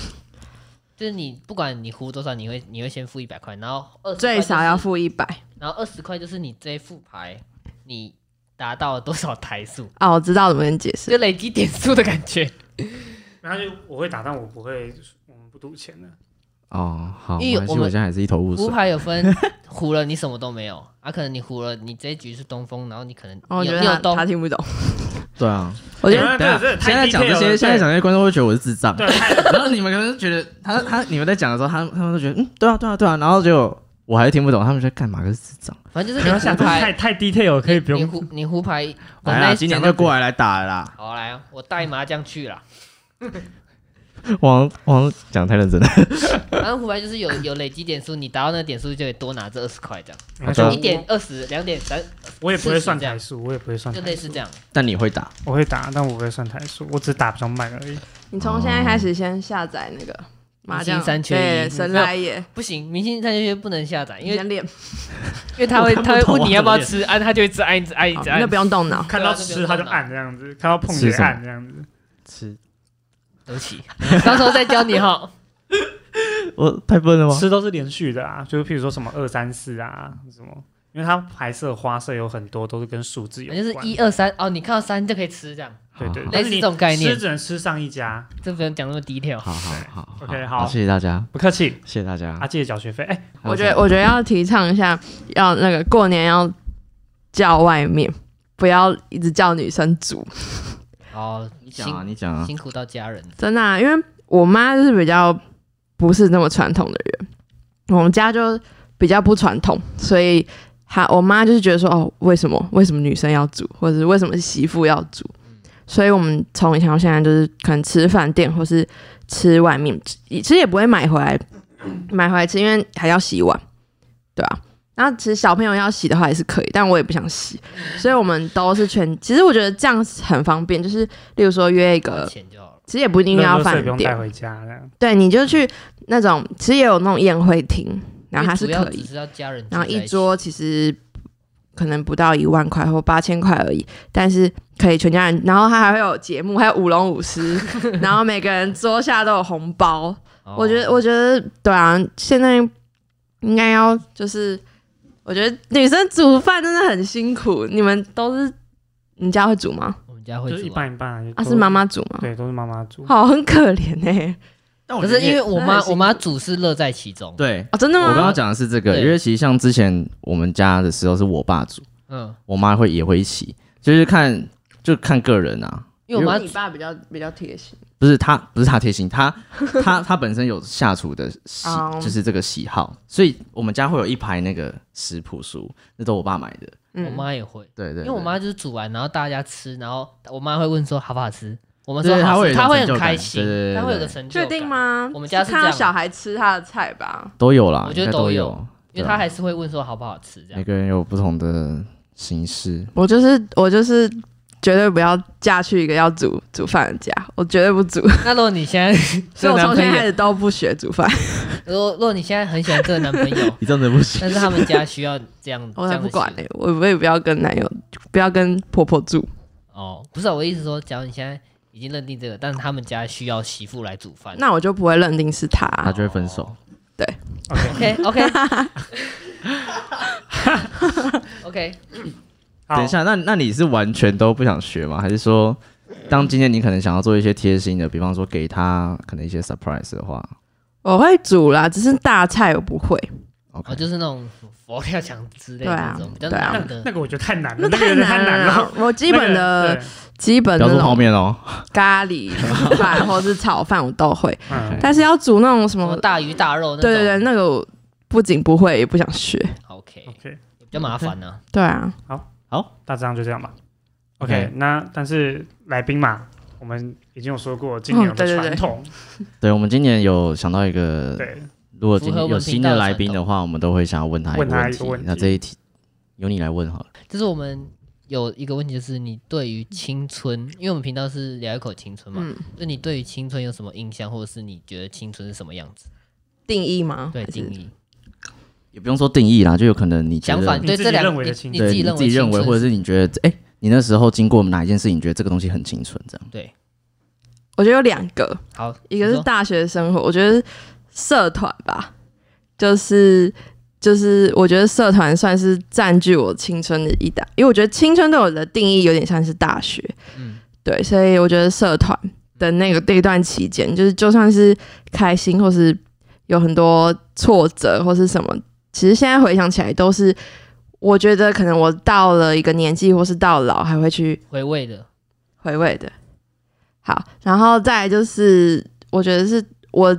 Speaker 1: 就是你不管你糊多少，你会你会先付一百块，然后二
Speaker 4: 最少要，付一百
Speaker 1: 然后二十块就是你这一副牌你达到了多少台数，
Speaker 4: 啊！我知道怎么跟你解
Speaker 1: [laughs]
Speaker 4: 释
Speaker 1: 就，累积点数的感觉。
Speaker 6: 然后就我会打，但我不会，我们不赌钱
Speaker 1: 嗯
Speaker 6: 的。
Speaker 2: 哦，好，
Speaker 1: 因为
Speaker 2: 没关系
Speaker 1: 我们
Speaker 2: 我现在还是一头雾水
Speaker 1: 胡。牌有分胡了，你什么都没有啊，可能你胡了，你这一局是东风，然后你可能
Speaker 4: 然后我
Speaker 1: 你
Speaker 4: 觉
Speaker 1: 有
Speaker 4: 得
Speaker 1: 你有
Speaker 4: 哦他
Speaker 1: 东
Speaker 4: 他，听
Speaker 1: [laughs]
Speaker 4: 不懂，
Speaker 2: 对啊，
Speaker 4: 我觉得
Speaker 6: 得
Speaker 2: 等一下现在讲这些，现在讲这些观众会觉得我是智障，
Speaker 6: 对啊太
Speaker 2: 然后你们可能觉得他他你们在讲的时候，他他们都觉得嗯，对啊对啊对啊，然后就我还是听不懂他们在干嘛，可是智障。
Speaker 1: 反正就是
Speaker 6: 不
Speaker 1: 你
Speaker 6: 要下
Speaker 1: 胡
Speaker 6: 太
Speaker 1: 牌，
Speaker 6: 太 detail 可以不
Speaker 1: 你
Speaker 6: 用。
Speaker 1: 胡你胡牌，我
Speaker 2: 来
Speaker 1: 那
Speaker 2: 啦，今年就过来来打了啦。
Speaker 1: 好来啊，我带麻将去了。
Speaker 2: 王王讲太认真了，
Speaker 1: 反正胡牌就是有有累积点数，你达到那个点数就得多拿这二十块这样，
Speaker 2: 好
Speaker 6: 就
Speaker 2: 的
Speaker 1: 一点、二十、两点、三，
Speaker 6: 我也不会算
Speaker 1: 40这样
Speaker 6: 台数，我也不会算
Speaker 1: 就
Speaker 6: 台
Speaker 1: 类似
Speaker 6: 数
Speaker 1: 这。样。
Speaker 2: 但你会打
Speaker 6: 我会打，但我不会算台数，我只是打比较慢而已。
Speaker 1: 啊
Speaker 4: 你从现在开始先下载那个麻将
Speaker 1: 明星三缺一
Speaker 4: 对神来也，
Speaker 1: 不行，明星战略不能下载，因
Speaker 4: 你
Speaker 1: 为
Speaker 4: 先练，
Speaker 1: [laughs] 因为他会
Speaker 2: 我看不
Speaker 1: 他会
Speaker 2: 懂
Speaker 1: 问你
Speaker 2: 啊
Speaker 1: 要不要
Speaker 6: 这
Speaker 1: [laughs] 吃，按他就一直按一直按一
Speaker 4: 好
Speaker 1: 直
Speaker 4: 那
Speaker 1: 按
Speaker 4: 不。用动脑。
Speaker 6: 看到吃他就按这样子，看到碰也
Speaker 2: 吃什么
Speaker 6: 按这样子。
Speaker 2: 吃，
Speaker 1: 对不起，到时候再教你哈。
Speaker 2: [laughs] 我太笨了吗？
Speaker 6: 吃都是连续的啊，就是譬如说什么二三四啊，什么，因为它牌色花色有很多都是跟数字有
Speaker 1: 反正就是
Speaker 6: 关。
Speaker 1: 一二三哦，你看到三就可以吃这样，
Speaker 6: 对对，
Speaker 2: 好
Speaker 6: 但
Speaker 1: 类
Speaker 6: 是
Speaker 1: 似
Speaker 6: 你
Speaker 1: 这种概念
Speaker 6: 吃只能吃上一家，
Speaker 1: 这不用讲那么低调。
Speaker 2: 好好好
Speaker 6: OK，好
Speaker 2: 谢谢大家，
Speaker 6: 不客气，
Speaker 2: 谢谢大家
Speaker 6: 啊，。记得缴学费。哎，
Speaker 4: 我觉得我觉得要提倡一下，要那个过年要叫外面，不要一直叫女生煮，
Speaker 1: 哦，
Speaker 2: 你讲啊，你讲啊，
Speaker 1: 辛苦到家人，
Speaker 4: 真的啊、因为我妈就是比较不是那么传统的人，我们家就比较不传统，所以她我妈就是觉得说，哦，为什么为什么女生要煮，或者是为什么媳妇要煮？所以我们从以前到现在，就是可能吃饭店或是吃外面，其实也不会买回来买回来吃，因为还要洗碗，对啊。然后其实小朋友要洗的话也是可以，但我也不想洗，所以我们都是全。其实我觉得这样很方便，就是例如说约一
Speaker 1: 花
Speaker 4: 个，
Speaker 1: 钱就好了。
Speaker 4: 其实也不一定要
Speaker 6: 热热水
Speaker 4: 饭
Speaker 6: 不用带
Speaker 4: 店，
Speaker 6: 回家这样。
Speaker 4: 对，你就去那种，其实也有那种宴会厅，然后它是
Speaker 1: 因为
Speaker 4: 可
Speaker 1: 主要
Speaker 4: 以
Speaker 1: 只，是要家人聚
Speaker 4: 然
Speaker 1: 在
Speaker 4: 后
Speaker 1: 起，
Speaker 4: 一桌其实可能不到一万块或八千块而已，但是可以全家人，然后它还会有节目，还有舞龙
Speaker 1: [laughs]
Speaker 4: 舞狮，然后每个人桌下都有红包，
Speaker 1: 哦，
Speaker 4: 我觉得，我觉得，对啊，现在应该要就是，我觉得女生煮饭真的很辛苦。你们都是，你家会煮吗？
Speaker 1: 我们家会
Speaker 6: 就是一
Speaker 1: 煮啊。
Speaker 6: 半一半啊。
Speaker 4: 啊，
Speaker 6: 都
Speaker 4: 是妈？妈煮吗？
Speaker 6: 对，都是妈妈煮。
Speaker 4: 好，很可怜哎、
Speaker 2: 但
Speaker 1: 可是因为我
Speaker 4: 那很
Speaker 1: 妈
Speaker 4: 辛苦
Speaker 1: 我妈煮是乐在其中，
Speaker 2: 对
Speaker 4: 哦，真的
Speaker 2: 我刚
Speaker 4: 吗？
Speaker 2: 刚讲的是这个，
Speaker 1: 啊对
Speaker 2: 因为其实像之前我们家的时候是我爸煮，
Speaker 1: 嗯，
Speaker 2: 我妈会也会一起，就是看就看个人啊，
Speaker 1: 因为我妈
Speaker 4: 你爸比较比较贴心，
Speaker 2: 不是他不是他贴
Speaker 1: [laughs]
Speaker 2: 心，他他他本身有下厨的喜
Speaker 4: 哦，
Speaker 2: 就是这个喜好，所以我们家会有一排那个食谱书，那都我爸买的，
Speaker 1: 我
Speaker 4: 嗯，
Speaker 1: 妈也会。
Speaker 2: 对对
Speaker 1: 因为我妈就是煮完，然后大家吃，然后我妈会问说好不好吃，我们
Speaker 2: 对
Speaker 1: 说
Speaker 2: 她
Speaker 1: 好
Speaker 2: 会
Speaker 1: 吃，
Speaker 2: 有一
Speaker 1: 她
Speaker 2: 种
Speaker 1: 会
Speaker 2: 成就
Speaker 1: 很
Speaker 2: 感
Speaker 1: 开
Speaker 2: 对对对
Speaker 1: 心，她会有个成就
Speaker 4: 确
Speaker 1: 感，
Speaker 4: 定？吗？
Speaker 1: 我们家是
Speaker 4: 是看
Speaker 1: 这
Speaker 4: 到
Speaker 1: 样
Speaker 4: 小孩吃他的菜吧？
Speaker 2: 都有啦，
Speaker 1: 我觉得
Speaker 2: 应该
Speaker 1: 都
Speaker 2: 都
Speaker 1: 有
Speaker 2: 有，
Speaker 1: 因为
Speaker 2: 对啊
Speaker 1: 她还是会问说好不好吃这
Speaker 2: 每
Speaker 1: 样。
Speaker 2: 个人有不同的形式，，
Speaker 4: 我就是我就是绝对不要嫁去一个要煮煮饭的家，我绝对不煮，
Speaker 1: 那如果你现在，
Speaker 4: 所以我
Speaker 1: [laughs] 这个男
Speaker 4: 从现在
Speaker 1: 朋友，
Speaker 4: 开始都不学煮饭，
Speaker 1: [laughs] 如果如果你现在很喜欢这个男朋友
Speaker 2: 你真的不行，
Speaker 1: [laughs]
Speaker 2: [laughs]
Speaker 1: 但是他们家需要这样，
Speaker 4: [laughs] 我
Speaker 1: 这
Speaker 4: 才
Speaker 1: 样
Speaker 4: 不
Speaker 1: 的
Speaker 4: 管
Speaker 1: 习
Speaker 4: 哎、我我也不要跟男友，不要跟婆婆住。
Speaker 1: 哦，不是啊我的意思说，假如你现在已经认定这个，但是他们家需要媳妇来煮饭，
Speaker 4: 那我就不会认定是他。
Speaker 2: 他就会分手。
Speaker 1: OK
Speaker 4: [laughs]
Speaker 1: OK OK，
Speaker 6: 好
Speaker 2: 等一，下，那那你是完全都不想学吗？还是说，当今天你可能想要做一些贴心的，比方说给他可能一些 surprise 的话
Speaker 4: 我会煮啦，只是大菜我不会。
Speaker 1: 哦，
Speaker 2: ，OK，
Speaker 1: 就是那种佛跳墙之类
Speaker 4: 对
Speaker 1: 的
Speaker 4: 啊
Speaker 1: 那种比较
Speaker 4: 对啊
Speaker 6: 那
Speaker 1: 难的
Speaker 6: 那。个我觉得太难
Speaker 4: 那
Speaker 6: 了，
Speaker 4: 太
Speaker 6: 个有点太
Speaker 4: 难
Speaker 6: 难
Speaker 4: 了
Speaker 6: 了。，
Speaker 4: [laughs] 我基本
Speaker 6: 那
Speaker 4: 的
Speaker 6: 个对
Speaker 4: 基本
Speaker 2: 不要
Speaker 4: 的
Speaker 2: 说
Speaker 4: 那
Speaker 2: 泡
Speaker 4: 种
Speaker 2: 面哦。
Speaker 4: 咖
Speaker 1: [laughs]
Speaker 4: 喱饭或是炒饭我都会，
Speaker 6: 嗯，
Speaker 4: 但是要煮那种什
Speaker 1: 什
Speaker 4: 么
Speaker 1: 么，大鱼大肉那种，
Speaker 4: 对对对，那个我不仅不会，也不想学。
Speaker 1: ，OK，
Speaker 6: OK，
Speaker 1: 比较麻烦呢。
Speaker 4: 对啊，
Speaker 6: 大致上就这样吧。
Speaker 2: OK
Speaker 6: OK，那但是来宾嘛，我们已经有说过，今
Speaker 4: 嗯
Speaker 6: 年有
Speaker 4: 对
Speaker 6: 个
Speaker 4: 对对
Speaker 6: 传统，
Speaker 2: 对，我们今年有想到一个，
Speaker 6: 对，
Speaker 2: 如果今
Speaker 1: 符合
Speaker 2: 天
Speaker 1: 文
Speaker 2: 有
Speaker 1: 凭
Speaker 2: 新
Speaker 1: 道
Speaker 2: 的
Speaker 1: 的
Speaker 2: 来
Speaker 1: 传
Speaker 2: 宾的
Speaker 1: 统
Speaker 2: 话，我们都会想要问他一
Speaker 6: 问
Speaker 2: 个
Speaker 6: 他
Speaker 2: 问
Speaker 6: 一个
Speaker 2: 题
Speaker 6: 问。
Speaker 2: 那
Speaker 6: 题
Speaker 2: 这一题由你来问好了。
Speaker 1: 就是我们有一个问题，就是你对于青春，因为我们频道是聊一口青春嘛，
Speaker 4: 嗯，
Speaker 1: 就你对于青春有什么印象，或者是你觉得青春是什么样子？
Speaker 4: 定义吗？
Speaker 1: 对，
Speaker 4: 还是
Speaker 1: 定。义
Speaker 2: 也不用说定义啦，就有可能你觉
Speaker 1: 想法，
Speaker 2: 得，
Speaker 6: 你
Speaker 1: 对
Speaker 6: 自
Speaker 1: 这
Speaker 6: 己
Speaker 1: 两
Speaker 6: 认
Speaker 1: 个
Speaker 6: 为的
Speaker 1: 你
Speaker 6: 青
Speaker 1: 你
Speaker 2: 对
Speaker 1: 自己
Speaker 2: 你
Speaker 1: 认
Speaker 2: 自己认为，
Speaker 1: 青春
Speaker 2: 或者是你觉得，哎，你那时候经过哪一件事情，你觉得这个东西很青春，这样
Speaker 1: 对，
Speaker 4: 我觉得有两个，
Speaker 1: 好，
Speaker 4: 一个
Speaker 1: 你
Speaker 4: 是
Speaker 1: 说
Speaker 4: 大学生活，我觉得社团吧，就是就是，我觉得社团算是占据我青春的一大，因为我觉得青春对我的定义有点像是大学，
Speaker 1: 嗯
Speaker 4: 对，所以我觉得社团的那个那一段期间，就是就算是开心或是有很多挫折或是什么，其实现在回想起来都是。我觉得可能我到了一个年纪，或是到老，还会去
Speaker 1: 回味的，
Speaker 4: 回味的。好，然后再来就是，我觉得是我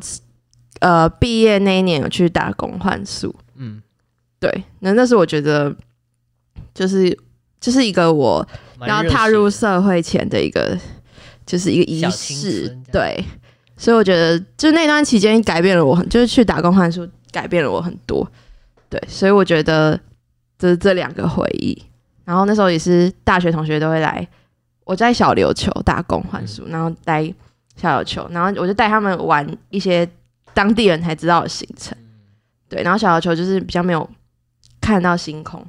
Speaker 4: 呃毕业那一年有去打工换宿，
Speaker 1: 嗯，
Speaker 4: 对，那那是我觉得就是就是一个我
Speaker 1: 蛮
Speaker 4: 要
Speaker 1: 热血
Speaker 4: 踏入
Speaker 1: 的
Speaker 4: 社会前的一个就是一个仪
Speaker 1: 小青春
Speaker 4: 式
Speaker 1: 这样，
Speaker 4: 对，所以我觉得就那段期间改变了我很，就是去打工换宿改变了我很多，对，所以我觉得这这两个回忆，然后那时候也是大学同学都会来，我在小琉球打工换
Speaker 1: 嗯
Speaker 4: 宿，然后来小琉球，然后我就带他们玩一些当地人才知道的行程，
Speaker 6: 嗯
Speaker 4: 对，然后小琉球就是比较没有看到星空。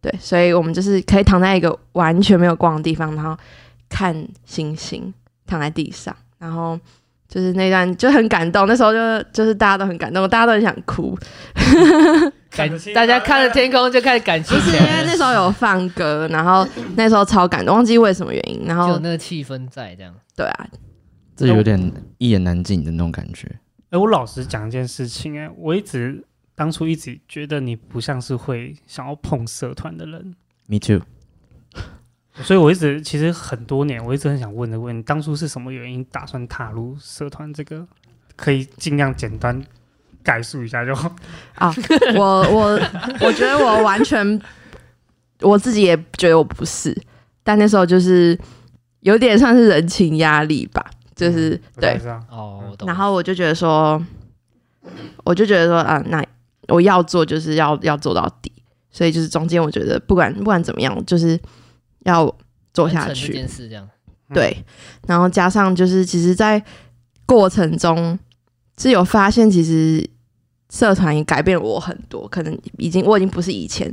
Speaker 4: 对，所以我们就是可以躺在一个完全没有光的地方，然后看星星，躺在地上，然后就是那段就很感动，那时候就就是大家都很感动，大家都很想哭，
Speaker 1: 感大家看着天空就开始感
Speaker 4: 不
Speaker 1: 情
Speaker 4: 是
Speaker 1: 起
Speaker 4: 因为
Speaker 1: 来了，
Speaker 4: 那时候有放歌，然后那时候超感动，忘记为什么原因，然
Speaker 1: 就有
Speaker 4: 后
Speaker 1: 那个气氛在这样。
Speaker 4: 对啊，
Speaker 2: 这有点一言难尽的那种感觉。
Speaker 6: 哎，我老实讲一件事情，哎，我一直当初一直觉得你不像是会想要碰社团的人，
Speaker 2: Me too。
Speaker 6: 所以我一直其实很多年，我一直很想问的问，当初是什么原因打算踏入社团这个？可以尽量简单概述一下就好。
Speaker 4: 我
Speaker 1: [laughs]
Speaker 4: 我我觉得我完全我自己也觉得我不是，但那时候就是有点算是人情压力吧，就是
Speaker 6: 我
Speaker 4: 对
Speaker 6: 大概，知道，
Speaker 1: 哦，我懂。
Speaker 4: 然后我就觉得说，我就觉得说啊，那我要做就是要要做到底，所以就是中间我觉得不管不管怎么样，就是要做
Speaker 1: 完
Speaker 4: 下
Speaker 1: 成这
Speaker 4: 去
Speaker 1: 件。事这嗯样，
Speaker 4: 对，然后加上就是其实，在过程中是有发现，其实社团也改变我很多，可能已经我已经不是以前。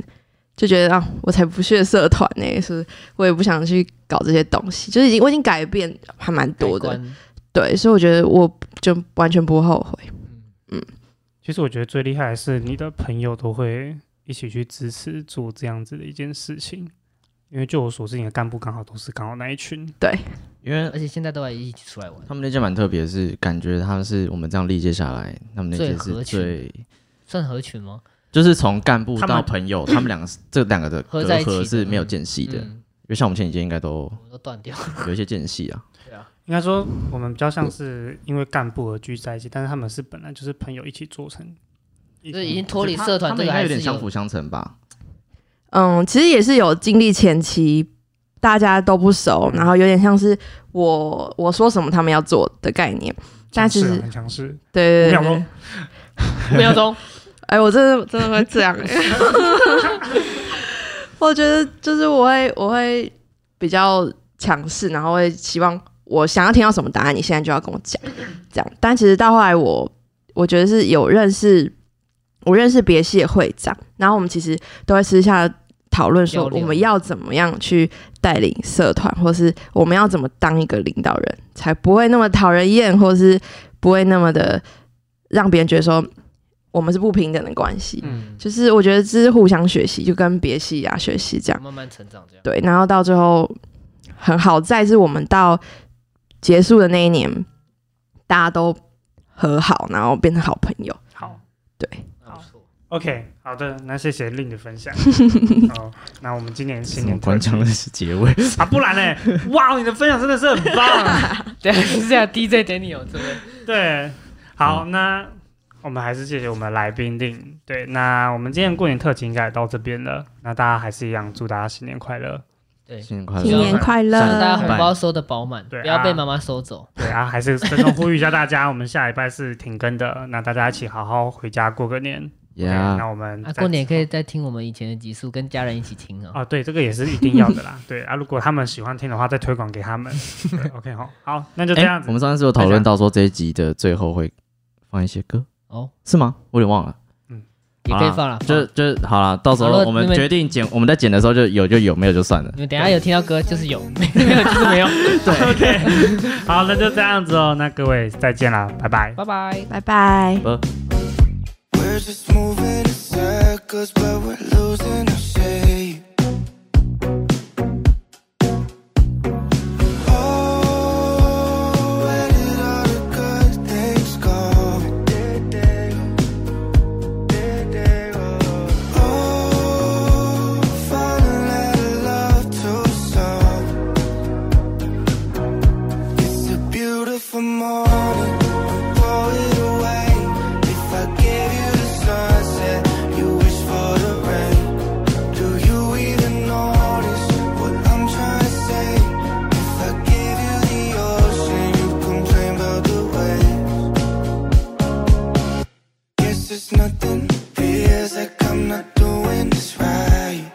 Speaker 4: 就觉得啊，我才不屑社团呢、是不是我也不想去搞这些东西，就是已经我已经改变还蛮多
Speaker 1: 改
Speaker 4: 的，
Speaker 1: 观
Speaker 4: 对，所以我觉得我就完全不后悔。
Speaker 1: 嗯
Speaker 6: 其实我觉得最厉害的是你的朋友都会一起去支持做这样子的一件事情，因为就我所知，你的干部刚好都是刚好那一群。
Speaker 2: 因为
Speaker 1: 而且现在都还一起出来玩，
Speaker 2: 他们那届蛮特别，是感觉他们是我们这样历届下来，他们那届
Speaker 1: 最合
Speaker 2: 是
Speaker 1: 群
Speaker 2: 最，
Speaker 1: 算合群吗？
Speaker 2: 就是从干部
Speaker 6: 他
Speaker 2: 到
Speaker 6: 们
Speaker 2: 朋友，他们两个是这两个的隔
Speaker 1: 合在一起的
Speaker 2: 阂是没有间隙的。因
Speaker 1: 嗯，
Speaker 2: 为像我们前几届应该都
Speaker 1: 我都断掉。
Speaker 2: 有一些间隙啊，
Speaker 6: 应该说，我们比较像是因为干部而聚在一起，但是他们是本来就是朋友一起做成一个，
Speaker 1: 就是已经脱离
Speaker 2: 他
Speaker 1: 社团
Speaker 2: 他们
Speaker 1: 这
Speaker 2: 应
Speaker 1: 个
Speaker 2: 该
Speaker 1: 还
Speaker 2: 有
Speaker 1: 是
Speaker 2: 点相辅相成吧。
Speaker 4: 嗯，其实也是有经历前期大家都不熟，然后有点像是我我说什么他们要做的概念。但
Speaker 6: 强
Speaker 4: 其
Speaker 6: 势啊
Speaker 4: 实
Speaker 6: 很强势。
Speaker 4: 对
Speaker 6: 五
Speaker 4: 对对对
Speaker 6: 秒钟，，
Speaker 1: 五秒钟，
Speaker 4: 哎，我真的真的会这样、欸。我觉得就是我会我会比较强势，然后会希望我想要听到什么答案，你现在就要跟我讲，这样。但其实到后来我我觉得是有认识，我认识别系的会长，然后我们其实都会私下讨论说
Speaker 1: 交流
Speaker 4: 我们要怎么样去带领社团，或是我们要怎么当一个领导人，才不会那么讨人厌，或是不会那么的让别人觉得说我们是不平等的关系。
Speaker 6: 嗯，
Speaker 4: 就是我觉得这是互相学习，就跟别系啊学习这样。
Speaker 1: 慢慢成长这样。
Speaker 4: 对，然后到最后很好在是我们到结束的那一年，大家都和好，然后变成好朋友。
Speaker 6: 好
Speaker 4: 对，
Speaker 1: 那不错。
Speaker 6: ，OK，好的，那谢谢令的分享。好，那我们今年
Speaker 2: 什
Speaker 6: 新
Speaker 2: 么
Speaker 6: 年
Speaker 2: 关讲的是结尾，
Speaker 6: 啊，不然
Speaker 2: [laughs]
Speaker 6: 呢？哇，你的分享真的是很棒。
Speaker 1: 对，啊是这样。DJ Daniel 哦这边，
Speaker 6: 对，好，那我们还是谢谢我们来宾令。对，那我们今天过年特辑应该也到这边了。那大家还是一样，祝大家新年快乐。
Speaker 1: 对，
Speaker 2: 新年快
Speaker 4: 新
Speaker 2: 乐！
Speaker 4: 年快乐！
Speaker 1: 大家红
Speaker 2: 拜
Speaker 1: 包收的饱满，
Speaker 6: 对
Speaker 1: 不要被
Speaker 6: 啊
Speaker 1: 妈妈收走。
Speaker 6: 对啊，还是郑重呼吁一下大家，我们下礼拜是停更的，那大家一起好好回家过个年。对那
Speaker 2: 呀，
Speaker 6: 我们
Speaker 1: 啊，
Speaker 6: 嗯再
Speaker 1: 过年可以再听我们以前的集数，跟家人一起听哦。
Speaker 6: 啊，对，这个也是一定要的啦。对啊，如果他们喜欢听的话，再推广
Speaker 2: [laughs]
Speaker 6: 给他们。对 OK，好，好，那就这样
Speaker 2: 哎，
Speaker 6: 子。
Speaker 2: 我们上次有讨论到说这一集的最后会放一些歌，
Speaker 1: 哦，
Speaker 2: 是吗？我有点忘了。
Speaker 6: 嗯
Speaker 1: 也可以放了。放
Speaker 2: 就就好了。到时候
Speaker 1: 好了
Speaker 2: 我
Speaker 1: 你
Speaker 2: 们
Speaker 1: 们
Speaker 2: 决定剪，我们在剪的时候就有就有，没有就算了。
Speaker 1: 你们等一下有听到歌就是
Speaker 6: [laughs]
Speaker 1: 有，没有就是没有。
Speaker 6: OK，好， [laughs] 那就这样子哦，那各位再见啦，拜拜。
Speaker 1: 拜拜。
Speaker 4: 拜拜。
Speaker 7: We're just moving in circles, but we're losing our shape. Oh, where did all the good things go? Oh, falling out of love too soon. It's a beautiful morning. We'll blow it away. If I gave you the sunset, you wish for the rain. Do you even notice what I'm trying to say? If I gave you the ocean, you complain about the waves. Guess it's nothing. Feels like I'm not doing this right.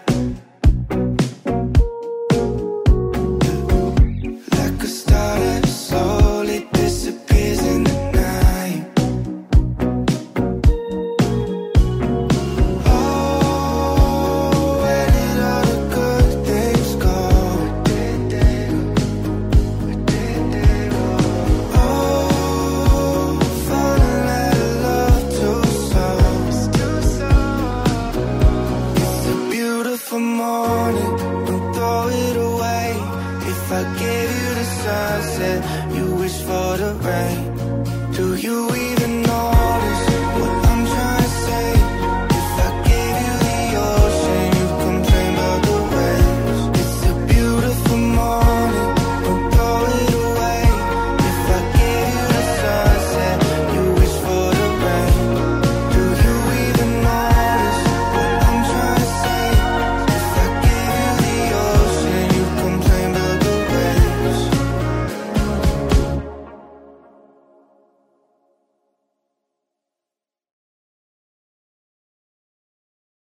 Speaker 7: Like a star that slowly disappears in the night. Oh, where did all the good things go? Oh, falling out of love too soon. It's a beautiful morning. Don't throw it away. If I gave you the sunset, you wish for the rain. Do you